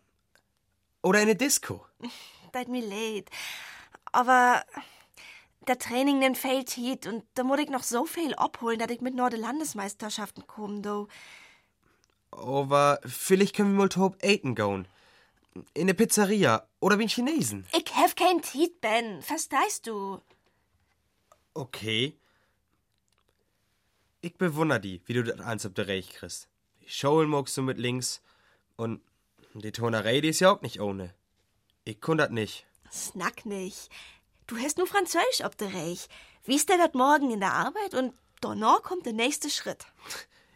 [SPEAKER 17] Oder in eine Disco.
[SPEAKER 4] Dat mir leid. Aber der Training den fehlt hit und da muss ich noch so viel abholen, dass ich mit Norde Landesmeisterschaften kommen do.
[SPEAKER 17] Aber vielleicht können wir mal top Aten gehen. In eine Pizzeria oder bin Chinesen.
[SPEAKER 4] Ich hab kein Tiet, Ben. Verstehst du?
[SPEAKER 17] Okay. Ich bewundere die, wie du das eins auf der Reich kriegst. Die Schaulen magst du mit links und die Tonerei, die ist ja auch nicht ohne. Ich kun dat nicht.
[SPEAKER 4] Snack nicht. Du hast nur Französisch ob der Reich. Wie ist der dat morgen in der Arbeit und danach kommt der nächste Schritt.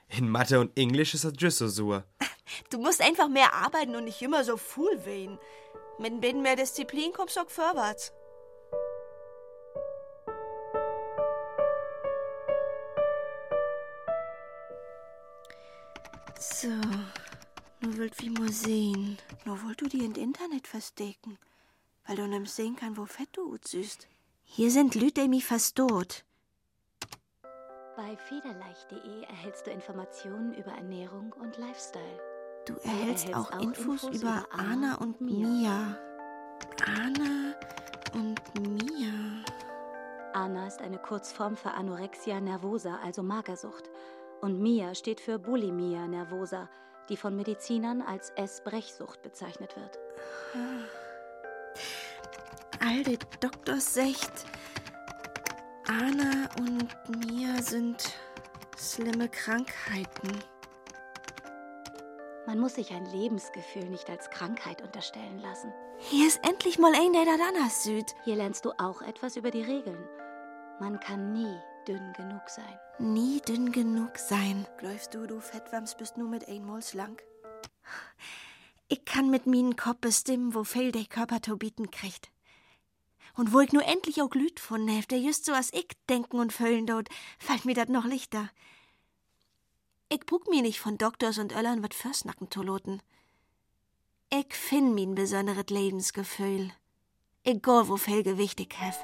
[SPEAKER 17] In Mathe und Englisch ist das just so sur.
[SPEAKER 4] Du musst einfach mehr arbeiten und nicht immer so fool wehen. Mit ein bisschen mehr Disziplin kommst du auch vorwärts. So, nur wollt wie mal sehen.
[SPEAKER 25] Nur wollt du die in Internet verstecken, weil du nimmst sehen kann, wo fett du ut süßt.
[SPEAKER 4] Hier sind Lüt, die mich verstot.
[SPEAKER 1] Bei federleicht.de erhältst du Informationen über Ernährung und Lifestyle.
[SPEAKER 4] Du erhältst, auch, Infos, über Anna und Mia. Anna und Mia.
[SPEAKER 1] Anna ist eine Kurzform für Anorexia nervosa, also Magersucht. Und Mia steht für Bulimia nervosa, die von Medizinern als Essbrechsucht bezeichnet wird.
[SPEAKER 9] Ah.
[SPEAKER 4] Alde Dr. Secht. Anna und Mia sind schlimme Krankheiten.
[SPEAKER 1] Man muss sich ein Lebensgefühl nicht als Krankheit unterstellen lassen.
[SPEAKER 4] Hier ist endlich mal ein, der da anders sieht.
[SPEAKER 1] Hier lernst du auch etwas über die Regeln. Man kann nie dünn genug sein.
[SPEAKER 4] Nie dünn genug sein. Glaubst du, du Fettwams bist nur mit einmal schlank? Ich kann mit meinen Kopf bestimmen, wo viel der Körper zu bieten kriegt. Und wo ich nur endlich auch glüht von hef, der just so was ich denken und füllen dort, fällt mir dat noch lichter. Ich brug mir nicht von Doktors und Öllern wat Försnacken zu loten. Ich find min besonderes Lebensgefühl. Egal, wo viel Gewicht ich hef.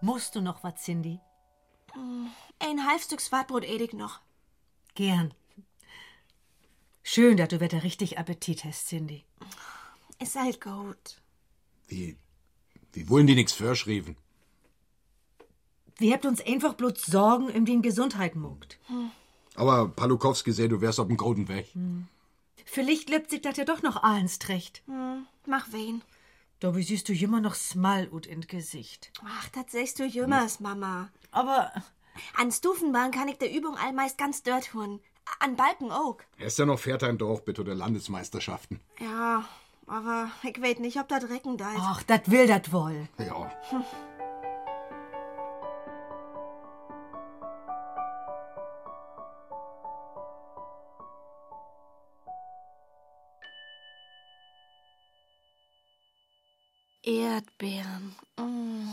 [SPEAKER 10] Musst du noch was, Cindy?
[SPEAKER 4] Mm, Ein halbes Stück Schwartbrot edig noch.
[SPEAKER 10] Gern. Schön, dass du wieder richtig Appetit hast, Cindy.
[SPEAKER 4] Ist halt gut.
[SPEAKER 26] Wie, wie wollen die nix verschrieben?
[SPEAKER 10] Wir habt uns einfach bloß Sorgen um den Gesundheit muckt.
[SPEAKER 4] Hm.
[SPEAKER 26] Aber Palukowski seh, du wärst auf dem guten Weg.
[SPEAKER 10] Vielleicht lebt sich das ja doch noch eins trägt.
[SPEAKER 4] Hm, Mach wen.
[SPEAKER 10] Da wie siehst du immer noch smal ut in Gesicht.
[SPEAKER 4] Ach, das sagst du jümmers, Mama.
[SPEAKER 10] Aber.
[SPEAKER 4] An Stufenbahn kann ich der Übung allmeist ganz dört tun. An Balken auch.
[SPEAKER 26] Er ist ja noch fährt ein Dorf, bitte, der Landesmeisterschaften.
[SPEAKER 4] Ja, aber ich weet nicht, ob das Recken da ist.
[SPEAKER 10] Ach, dat will dat wohl.
[SPEAKER 26] Ja.
[SPEAKER 4] Hm. Erdbeeren. Mm.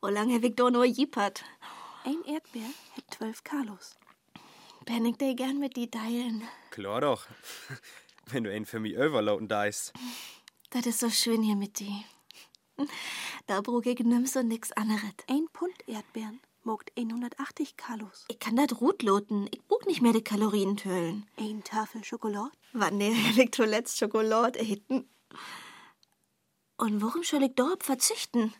[SPEAKER 4] Wo lange hab ich da nur jippert? Ein Erdbeer hat zwölf Kalos. Ben ich dir gern mit die teilen.
[SPEAKER 17] Klar doch. Wenn du ihn für mich overloaden deist.
[SPEAKER 4] Das ist so schön hier mit die. Da brug ich nimm's und nix anderes. Ein Pfund Erdbeeren mogt 180 Kalos. Ich kann das Rut loten. Ich brug nicht mehr die Kalorien tölen. Ein Tafel Schokolade? Wann der liegt zuletzt Schokolade eten? Und warum soll ich darauf verzichten?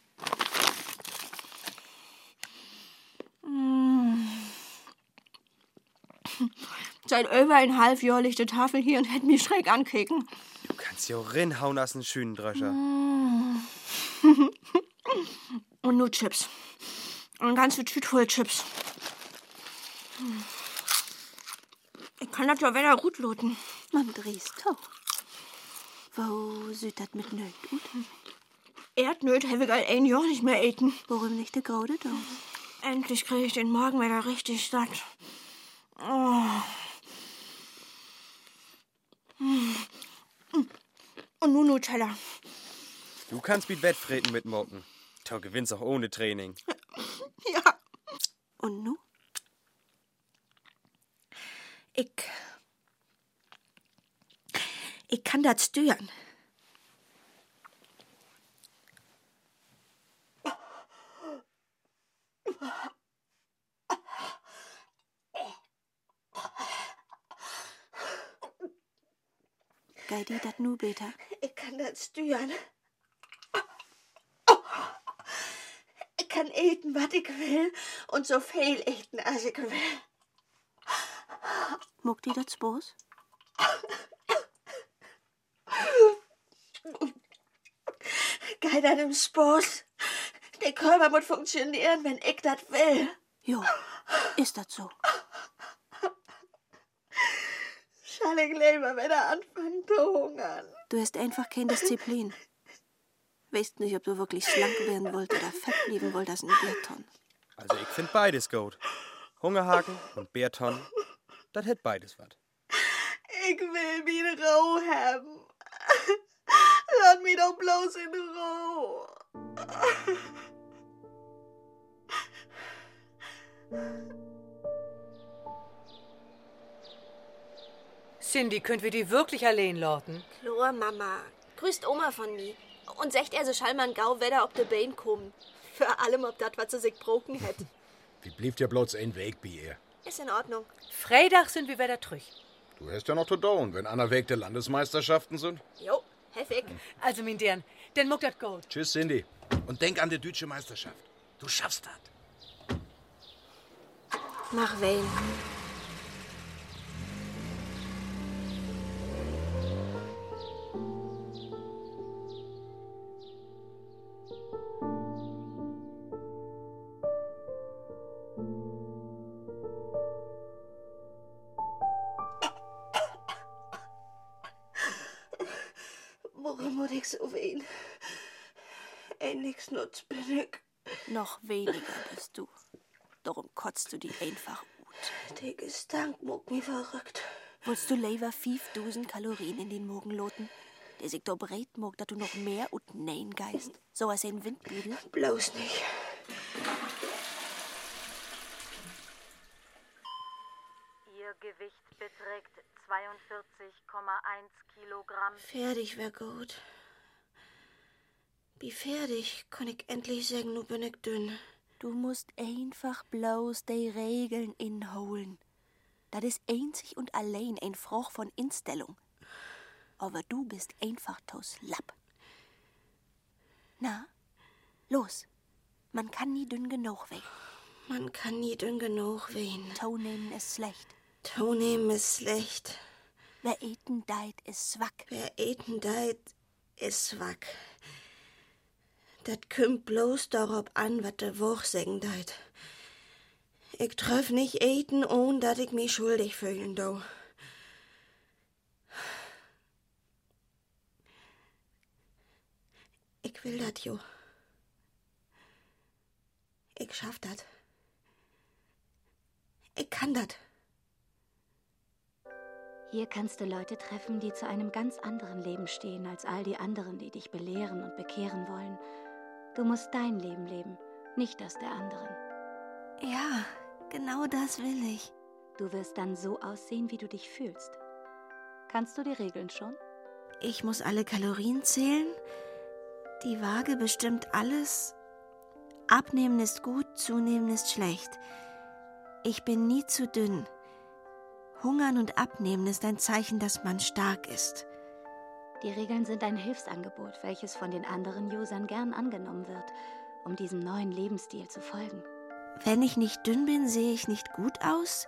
[SPEAKER 4] Mm. Seit über ein halb Jahr liegt die Tafel hier und hätte mich schräg ankicken.
[SPEAKER 17] Du kannst ja auch rinhauen aus den schönen Dröscher.
[SPEAKER 4] Mm. Und nur Chips. Eine ganze Tüte voll Chips. Hm. Ich kann das ja wieder gut loten. Man drehst doch. Wo sieht das mit Nöt gut? Erdnöt habe ich all ein Jahr nicht mehr eten. Worum nicht der Graude da? Endlich kriege ich den Magen wieder richtig satt. Oh. Hm. Und nun Nutella.
[SPEAKER 17] Du kannst mit Wettfreten mitmocken. Da gewinnst auch ohne Training.
[SPEAKER 4] Ja. Und nu? Ich. Ich kann das steuern.
[SPEAKER 9] Geidi dat nu beter.
[SPEAKER 22] Ich kann das steuern. Ich kann eten, was ich will und so viel eten, als ich will.
[SPEAKER 9] Muckt die dat Boos?
[SPEAKER 22] Geh deinem Spaß. Der Körper muss funktionieren, wenn ich das will.
[SPEAKER 9] Jo, ist dat so.
[SPEAKER 22] Schall ich lieber, wenn er anfängt zu hungern.
[SPEAKER 9] Du hast einfach keine Disziplin. Weißt nicht, ob du wirklich schlank werden wollt oder fett bleiben wollt als ein Bierton.
[SPEAKER 17] Also ich find beides gut. Hungerhaken und Bärton, das hätt beides was.
[SPEAKER 22] Ich will mich roh haben. Lass mich doch bloß in Ruhe.
[SPEAKER 10] Cindy, können wir die wirklich allein lorten?
[SPEAKER 27] Chlor, Mama. Grüßt Oma von mir. Und secht er so Schallmann gau, weder ob de Bein kommen. Für allem, ob dat was er sich broken hätt.
[SPEAKER 11] Wie blieb dir bloß ein Weg bei ihr?
[SPEAKER 27] Ist in Ordnung.
[SPEAKER 10] Freitag sind wir wieder zurück.
[SPEAKER 11] Du hast ja noch zu dauern, wenn an der Weg der Landesmeisterschaften sind.
[SPEAKER 27] Jo, heftig.
[SPEAKER 10] Also, mein Dern, dann muck dat Gold.
[SPEAKER 11] Tschüss, Cindy. Und denk an die deutsche Meisterschaft. Du schaffst das.
[SPEAKER 27] Mach wein.
[SPEAKER 16] Warum muss ich so wehen? Endlich nutz bin ich.
[SPEAKER 4] Noch weniger bist du. Darum kotzt du die einfach ut.
[SPEAKER 16] Der Gestank muck mich verrückt.
[SPEAKER 4] Willst du lieber 5000 Kalorien in den Morgen loten? Der sich doch breit mag, dass du noch mehr ut nähen geist. So als ein Windbüdel.
[SPEAKER 16] Bloß nicht.
[SPEAKER 8] Ihr Gewicht beträgt 42,1 Kilogramm.
[SPEAKER 16] Fertig wär gut. Wie fertig, kann ich endlich sagen, nu bin ich dünn.
[SPEAKER 4] Du musst einfach bloß die Regeln inholen. Das ist einzig und allein ein Froch von Instellung. Aber du bist einfach to slapp. Na, los. Man kann nie dünn genug werden.
[SPEAKER 16] Man kann nie dünn genug wehen.
[SPEAKER 4] Tonehmen ist schlecht.
[SPEAKER 16] Tonehmen ist schlecht.
[SPEAKER 4] Wer eten deit, ist zwack.
[SPEAKER 16] Wer eten deit, ist wack. Dat kümmt bloß darauf an, wat de Woch sagen deit. Ich tröff nicht eten, ohn dat ich mich schuldig fühlen do. Ich will dat jo. Ich schaff dat. Ich kann dat.
[SPEAKER 1] Hier kannst du Leute treffen, die zu einem ganz anderen Leben stehen als all die anderen, die dich belehren und bekehren wollen. Du musst dein Leben leben, nicht das der anderen.
[SPEAKER 4] Ja, genau das will ich.
[SPEAKER 1] Du wirst dann so aussehen, wie du dich fühlst. Kannst du die Regeln schon?
[SPEAKER 4] Ich muss alle Kalorien zählen. Die Waage bestimmt alles. Abnehmen ist gut, zunehmen ist schlecht. Ich bin nie zu dünn. Hungern und Abnehmen ist ein Zeichen, dass man stark ist.
[SPEAKER 1] Die Regeln sind ein Hilfsangebot, welches von den anderen Usern gern angenommen wird, um diesem neuen Lebensstil zu folgen.
[SPEAKER 4] Wenn ich nicht dünn bin, sehe ich nicht gut aus.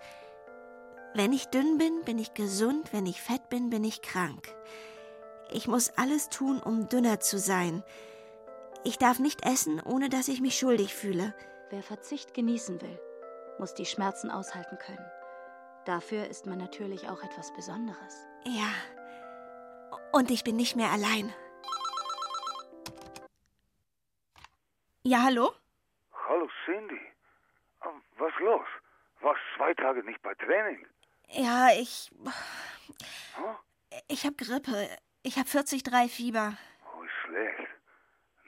[SPEAKER 4] Wenn ich dünn bin, bin ich gesund. Wenn ich fett bin, bin ich krank. Ich muss alles tun, um dünner zu sein. Ich darf nicht essen, ohne dass ich mich schuldig fühle.
[SPEAKER 1] Wer Verzicht genießen will, muss die Schmerzen aushalten können. Dafür ist man natürlich auch etwas Besonderes.
[SPEAKER 4] Ja. Und ich bin nicht mehr allein. Ja, hallo?
[SPEAKER 6] Hallo, Cindy. Ähm, Was los? Warst zwei Tage nicht bei Training?
[SPEAKER 4] Ja, ich. Ich hab Grippe. Ich hab 40,3 Fieber.
[SPEAKER 6] Oh, ist schlecht.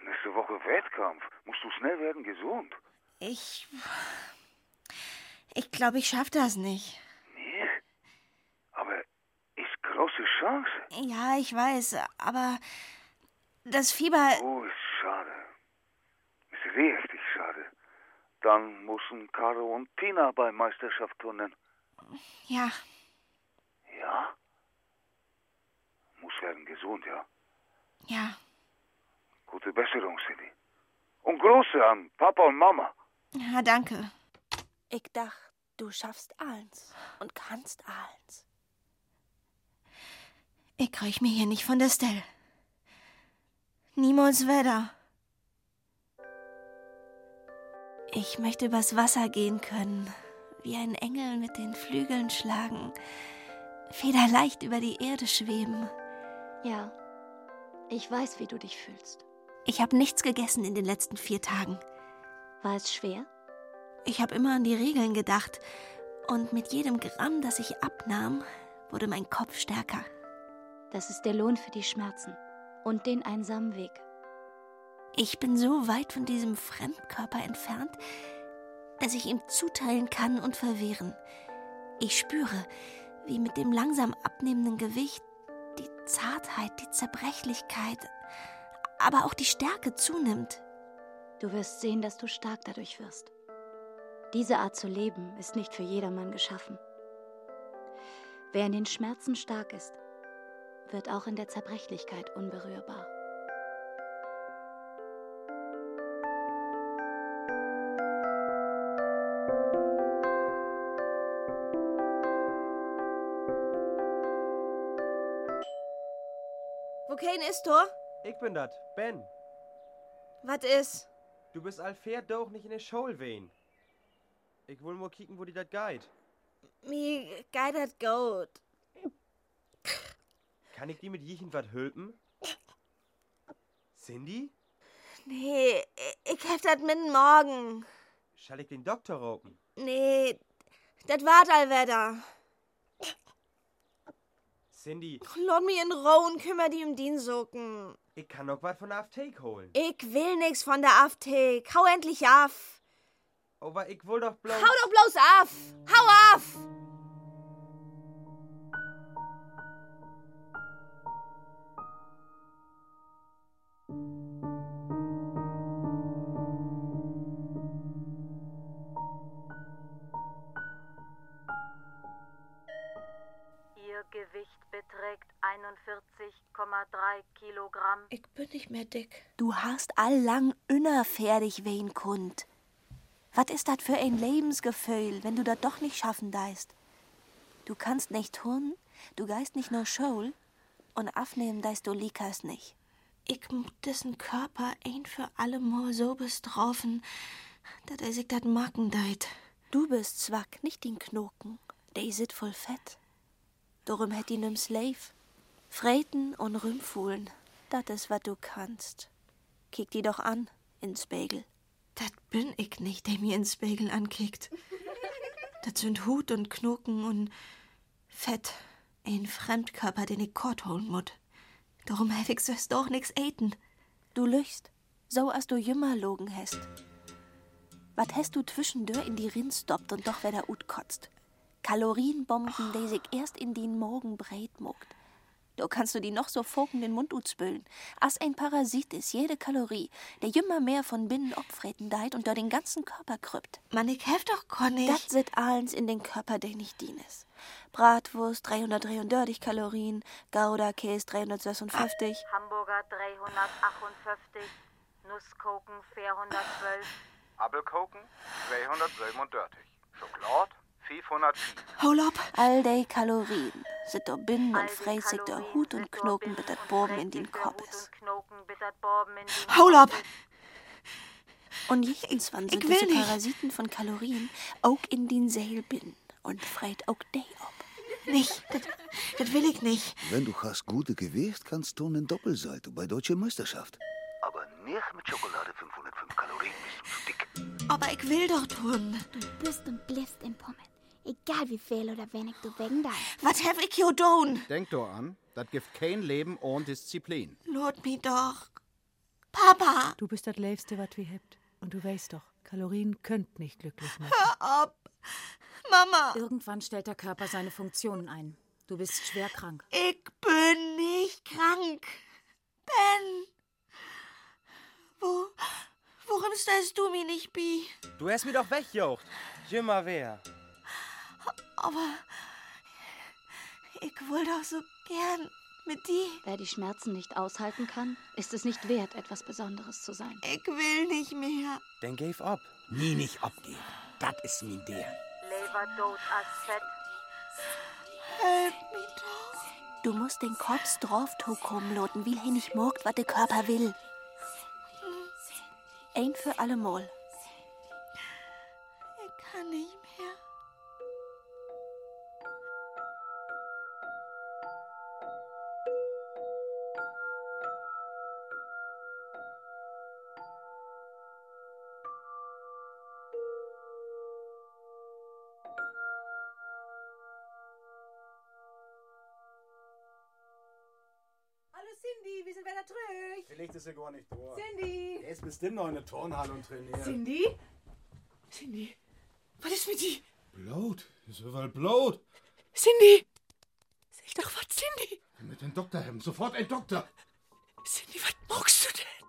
[SPEAKER 6] Nächste Woche Wettkampf. Musst du schnell werden gesund.
[SPEAKER 4] Ich. Ich glaube, ich schaff das nicht.
[SPEAKER 6] Nee? Aber ist große Chance.
[SPEAKER 4] Ja, ich weiß, aber das Fieber.
[SPEAKER 6] Oh, ist schade. Ist richtig schade. Dann müssen Caro und Tina bei Meisterschaft turnen.
[SPEAKER 4] Ja,
[SPEAKER 6] Ja? Muss werden gesund, ja?
[SPEAKER 4] ja.
[SPEAKER 6] Gute Besserung, Cindy. Und Grüße an Papa und Mama.
[SPEAKER 4] Ja, danke. Ich dachte, du schaffst eins und kannst eins. Ich reich mir hier nicht von der Stelle. Niemals Wetter. Ich möchte übers Wasser gehen können, wie ein Engel mit den Flügeln schlagen, federleicht über die Erde schweben.
[SPEAKER 1] Ja, ich weiß, wie du dich fühlst.
[SPEAKER 4] Ich habe nichts gegessen in den letzten vier Tagen.
[SPEAKER 1] War es schwer?
[SPEAKER 4] Ich habe immer an die Regeln gedacht. Und mit jedem Gramm, das ich abnahm, wurde mein Kopf stärker.
[SPEAKER 1] Das ist der Lohn für die Schmerzen und den einsamen Weg.
[SPEAKER 4] Ich bin so weit von diesem Fremdkörper entfernt, dass ich ihm zuteilen kann und verwehren. Ich spüre, wie mit dem langsam abnehmenden Gewicht die Zartheit, die Zerbrechlichkeit, aber auch die Stärke zunimmt.
[SPEAKER 1] Du wirst sehen, dass du stark dadurch wirst. Diese Art zu leben ist nicht für jedermann geschaffen. Wer in den Schmerzen stark ist, wird auch in der Zerbrechlichkeit unberührbar.
[SPEAKER 28] Wo kein ist, Tor?
[SPEAKER 17] Ich bin dat, Ben.
[SPEAKER 28] Was ist?
[SPEAKER 17] Du bist allfair doch nicht in der Schule wehen. Ich will nur kicken, wo die dat geht.
[SPEAKER 28] Mi geidert Goat.
[SPEAKER 17] Kann ich die mit Jichen wat hülpen? Cindy?
[SPEAKER 28] Nee, i- ich hef dat mitten morgen.
[SPEAKER 17] Schall ich den Doktor ropen?
[SPEAKER 28] Nee, dat wart allwetter.
[SPEAKER 17] Cindy,
[SPEAKER 28] Lot mi in Rouen, kümmer die um Diensoken.
[SPEAKER 17] ich kann noch wat von der Apotheke holen.
[SPEAKER 28] Ich will nix von der Afthek. Hau endlich ab.
[SPEAKER 17] Aber ich will doch bloß...
[SPEAKER 28] Hau doch bloß ab. Hau ab.
[SPEAKER 8] Ihr Gewicht beträgt 41,3 Kilogramm.
[SPEAKER 16] Ich bin nicht mehr dick.
[SPEAKER 4] Du hast allang unerfertig wen kund. Was ist das für ein Lebensgefühl, wenn du das doch nicht schaffen deist? Du kannst nicht tun, du geist nicht nur School und aufnehmen deist du Likas nicht.
[SPEAKER 16] Ich muss dessen Körper ein für alle Mal so bestrafen, dass er sich dat Marken deit.
[SPEAKER 4] Du bist Zwack, nicht den Knoken. Der sit voll fett. Darum hätt ihn im Slave. Freten und Rümfuhlen, das is wat du kannst. Kick die doch an, ins Spiegel.
[SPEAKER 16] Dat bin ich nicht, der mir ins Spiegel ankickt. Das sind Hut und Knoken und Fett. Ein Fremdkörper, den ich kort holen muss. Darum helf ich sös doch nix äten.
[SPEAKER 4] Du lüchst, so als du jümmer logen hast. Wat hast du zwischendurch in die Rinn stoppt und doch wieder ut kotzt? Kalorienbomben, die sich erst in den Morgen breit muckt. Du kannst du die noch so foken den Mund utspülen. As ein Parasit ist jede Kalorie, der jümmer mehr von binnen opfreten deit und da den ganzen Körper krüppt.
[SPEAKER 16] Mann, ich helf doch gar nicht.
[SPEAKER 4] Das sit allens in den Körper, der nicht dienes. Bratwurst 333 Kalorien, Gouda-Käse 356.
[SPEAKER 8] Hamburger 358, Nusskoken 412,
[SPEAKER 29] Appelkoken 237. Schokolade 504.
[SPEAKER 16] Hol ab!
[SPEAKER 4] All die Kalorien sind da binnen und freut sich der Hut und Knochen mit der Boben in den Kopf ist.
[SPEAKER 16] Hol ab!
[SPEAKER 4] Und jechtens wann sind
[SPEAKER 16] ich will
[SPEAKER 4] diese
[SPEAKER 16] nicht.
[SPEAKER 4] Parasiten von Kalorien auch in den Seel binnen und freut auch die ab.
[SPEAKER 16] Nicht, das will ich nicht.
[SPEAKER 24] Wenn du hast gute Gewicht, kannst du einen Doppelseite bei Deutsche Meisterschaft.
[SPEAKER 16] Aber nicht mit Schokolade 505 Kalorien, bist du dick. Aber ich will doch tun.
[SPEAKER 30] Du bist und bliffst in Pommel. Egal wie viel oder wenig du wegen da.
[SPEAKER 16] Was helf ich hier tun?
[SPEAKER 11] Denk doch an, das gibt kein Leben ohne Disziplin.
[SPEAKER 16] Lot mi doch. Papa!
[SPEAKER 10] Du bist das Leifste, was wir hebt. Und du weißt doch, Kalorien könnt nicht glücklich machen.
[SPEAKER 16] Hör ab! Mama!
[SPEAKER 21] Irgendwann stellt der Körper seine Funktionen ein. Du bist schwer krank.
[SPEAKER 16] Ich bin nicht krank. Ben! Wo, worum stellst du mich nicht, Bi?
[SPEAKER 31] Du hast mir doch weggejocht. Jimmer wer.
[SPEAKER 16] Aber ich will doch so gern mit dir.
[SPEAKER 1] Wer die Schmerzen nicht aushalten kann, ist es nicht wert, etwas Besonderes zu sein.
[SPEAKER 16] Ich will nicht mehr.
[SPEAKER 31] Dann gave ab.
[SPEAKER 29] Nie nicht abgeben. Das ist nie der.
[SPEAKER 8] Leberdos als Fett,
[SPEAKER 16] Helf mich doch.
[SPEAKER 4] ähm, Du musst den Kopf drauf kommen loten, will hier nicht morgt, was der Körper will.
[SPEAKER 10] Hm,
[SPEAKER 4] Ein für alle Mal.
[SPEAKER 16] Ich kann nicht mehr.
[SPEAKER 28] Hallo Cindy, wir sind wieder zurück.
[SPEAKER 11] Vielleicht ist er gar nicht da.
[SPEAKER 28] Cindy!
[SPEAKER 11] Er ist bestimmt noch in der Turnhalle und trainiert.
[SPEAKER 32] Cindy? Cindy? Was ist mit dir?
[SPEAKER 11] Blut. Ist überall Blut.
[SPEAKER 32] Cindy!
[SPEAKER 7] Ich dachte, was Cindy?
[SPEAKER 26] Mit dem Doktor haben. Sofort ein Doktor.
[SPEAKER 7] Cindy, was magst du denn?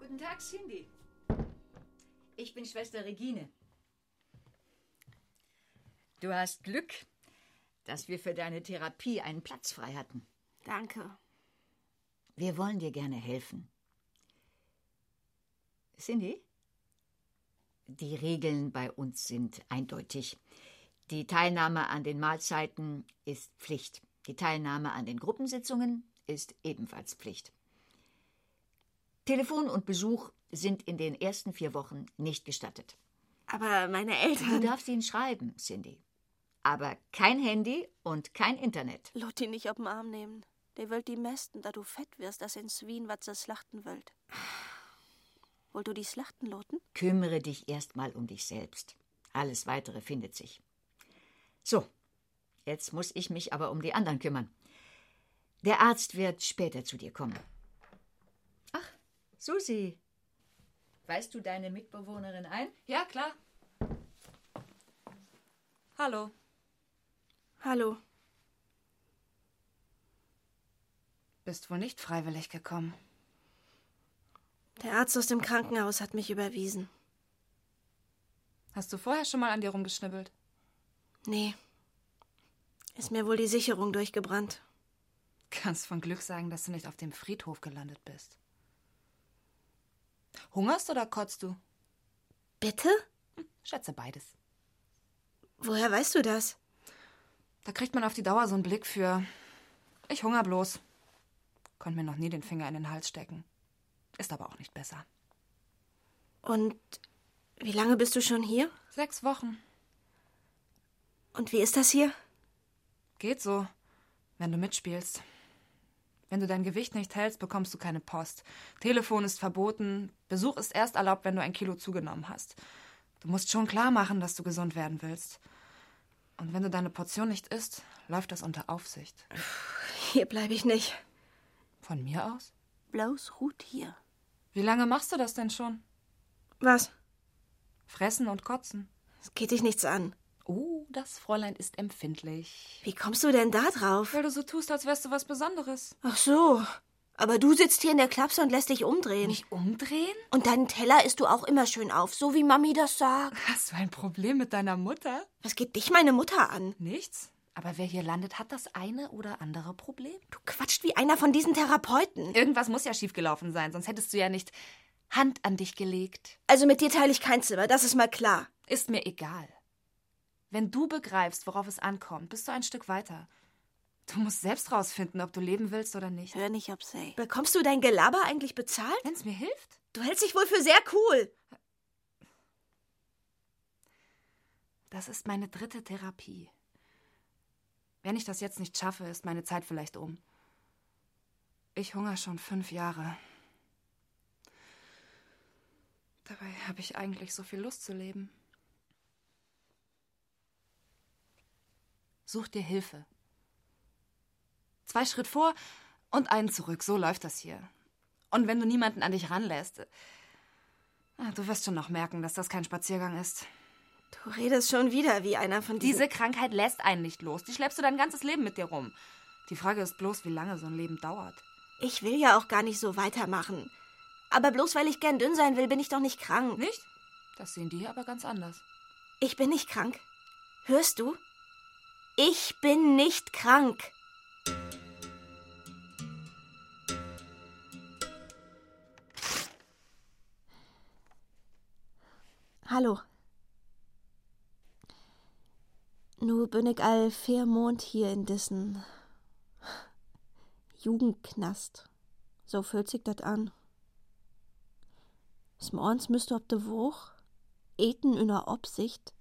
[SPEAKER 13] Guten Tag, Cindy. Ich bin Schwester Regine. Du hast Glück, dass wir für deine Therapie einen Platz frei hatten.
[SPEAKER 9] Danke.
[SPEAKER 13] Wir wollen dir gerne helfen. Cindy? Die Regeln bei uns sind eindeutig. Die Teilnahme an den Mahlzeiten ist Pflicht. Die Teilnahme an den Gruppensitzungen ist ebenfalls Pflicht. Telefon und Besuch sind in den ersten vier Wochen nicht gestattet.
[SPEAKER 9] Aber meine Eltern.
[SPEAKER 13] Du darfst ihnen schreiben, Cindy. Aber kein Handy und kein Internet.
[SPEAKER 9] Lot die nicht auf den Arm nehmen. Der wollt die mesten, da du fett wirst, dass in Swien was das Schlachten wollt. Wollt du die Schlachten loten?
[SPEAKER 13] Kümmere dich erstmal um dich selbst. Alles Weitere findet sich. So, jetzt muss ich mich aber um die anderen kümmern. Der Arzt wird später zu dir kommen. Ach, Susi. Weißt du deine Mitbewohnerin ein?
[SPEAKER 15] Ja, klar. Hallo.
[SPEAKER 9] Hallo.
[SPEAKER 15] Bist wohl nicht freiwillig gekommen.
[SPEAKER 4] Der Arzt aus dem Krankenhaus hat mich überwiesen.
[SPEAKER 15] Hast du vorher schon mal an dir rumgeschnibbelt?
[SPEAKER 4] Nee. Ist mir wohl die Sicherung durchgebrannt.
[SPEAKER 15] Kannst von Glück sagen, dass du nicht auf dem Friedhof gelandet bist. Hungerst oder kotzt du? Hm,
[SPEAKER 4] Bitte?
[SPEAKER 15] Schätze beides.
[SPEAKER 4] Woher weißt du das?
[SPEAKER 15] Da kriegt man auf die Dauer so einen Blick für. Ich hunger bloß. Konnte mir noch nie den Finger in den Hals stecken. Ist aber auch nicht besser.
[SPEAKER 4] Und wie lange bist du schon hier?
[SPEAKER 15] Sechs Wochen.
[SPEAKER 4] Und wie ist das hier?
[SPEAKER 15] Geht so, wenn du mitspielst. Wenn du dein Gewicht nicht hältst, bekommst du keine Post. Telefon ist verboten. Besuch ist erst erlaubt, wenn du ein Kilo zugenommen hast. Du musst schon klar machen, dass du gesund werden willst. Und wenn du deine Portion nicht isst, läuft das unter Aufsicht.
[SPEAKER 4] Hier bleibe ich nicht.
[SPEAKER 15] Von mir aus?
[SPEAKER 9] Blaus ruht hier.
[SPEAKER 15] Wie lange machst du das denn schon?
[SPEAKER 4] Was?
[SPEAKER 15] Fressen und kotzen.
[SPEAKER 4] Es geht dich nichts an.
[SPEAKER 15] Oh, das Fräulein ist empfindlich.
[SPEAKER 4] Wie kommst du denn da drauf?
[SPEAKER 15] Weil du so tust, als wärst du was Besonderes.
[SPEAKER 4] Ach so. Aber du sitzt hier in der Klapse und lässt dich umdrehen.
[SPEAKER 15] Mich umdrehen?
[SPEAKER 4] Und deinen Teller isst du auch immer schön auf, so wie Mami das sagt.
[SPEAKER 15] Hast du ein Problem mit deiner Mutter?
[SPEAKER 4] Was geht dich meine Mutter an?
[SPEAKER 15] Nichts. Aber wer hier landet, hat das eine oder andere Problem.
[SPEAKER 4] Du quatscht wie einer von diesen Therapeuten.
[SPEAKER 15] Irgendwas muss ja schiefgelaufen sein, sonst hättest du ja nicht Hand an dich gelegt.
[SPEAKER 4] Also mit dir teile ich kein Zimmer, das ist mal klar.
[SPEAKER 15] Ist mir egal. Wenn du begreifst, worauf es ankommt, bist du ein Stück weiter. Du musst selbst rausfinden, ob du leben willst oder nicht.
[SPEAKER 9] Hör nicht ob sie.
[SPEAKER 4] Bekommst du dein Gelaber eigentlich bezahlt?
[SPEAKER 15] Wenn's mir hilft.
[SPEAKER 4] Du hältst dich wohl für sehr cool.
[SPEAKER 15] Das ist meine dritte Therapie. Wenn ich das jetzt nicht schaffe, ist meine Zeit vielleicht um. Ich hungere schon fünf Jahre. Dabei habe ich eigentlich so viel Lust zu leben. Such dir Hilfe. Zwei Schritt vor und einen zurück, so läuft das hier. Und wenn du niemanden an dich ranlässt, ah, du wirst schon noch merken, dass das kein Spaziergang ist.
[SPEAKER 4] Du redest schon wieder wie einer von diesen.
[SPEAKER 15] Diese Krankheit lässt einen nicht los. Die schleppst du dein ganzes Leben mit dir rum. Die Frage ist bloß, wie lange so ein Leben dauert.
[SPEAKER 4] Ich will ja auch gar nicht so weitermachen. Aber bloß weil ich gern dünn sein will, bin ich doch nicht krank.
[SPEAKER 15] Nicht? Das sehen die hier aber ganz anders.
[SPEAKER 4] Ich bin nicht krank. Hörst du? Ich bin nicht krank.
[SPEAKER 9] Hallo. Nu bin ich all fair Mond hier in dissen Jugendknast. So fühlt sich dat an. Smorns müsste ob de Woch, eten in der Obsicht,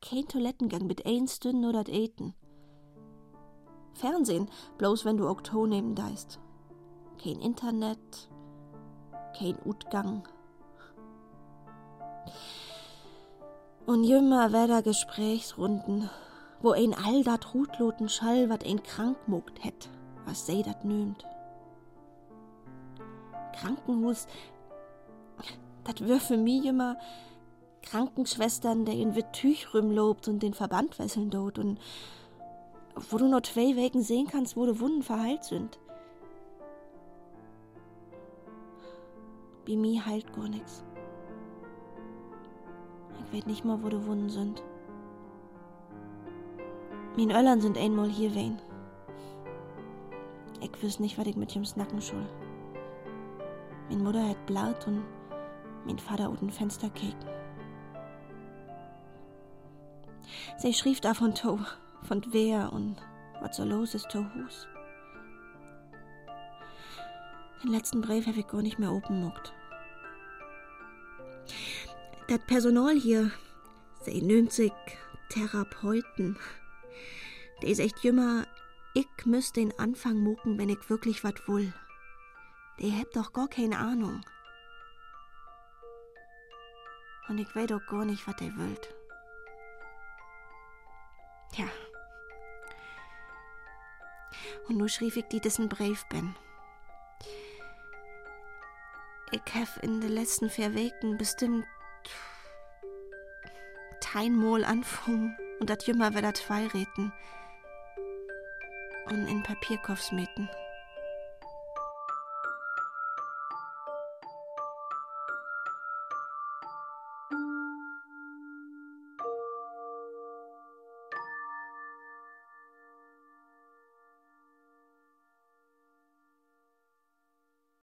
[SPEAKER 9] kein Toilettengang mit eins dünn oder eten. Fernsehen, bloß wenn du Okto neben deist. Kein Internet, kein Utgang.
[SPEAKER 4] Und jümmer wär Gesprächsrunden, wo ein all dat Rutloten Schall, wat ein krank mogt hätt, was sei dat nömt. Krankenhus, dat wär für mi jümmer Krankenschwestern, der in wit Tüch rümlobt und den Verband wesseln dot und wo du nur zwei Wegen sehen kannst, wo de Wunden verheilt sind. Bei mir heilt gar nix. Ich weet nicht mal, wo de Wunden sind. Min Öllern sind einmal hier wen. Ich wüsst nicht, was ich mit jems Nacken schul. Min Mutter hat blaut und mein Vater unten Fenster keken. Sie schrieb da von To, von wer und was so los ist, Tohus. Den letzten Brief habe ich gar nicht mehr oben muckt. Dat Personal hier, sie nimmt sich Therapeuten. Der ist echt jümmer, ich müsst den Anfang mucken, wenn ich wirklich wat will. Der hebt doch gar keine Ahnung. Und ich weiß doch gar nicht, was der wollt. Ja. Und nur schrieb ich die dessen Brief bin. Ich habe in den letzten vier Wochen bestimmt Teinmol anfangen und dat jümmer wieder zwei reden und in Papierkopfs meten.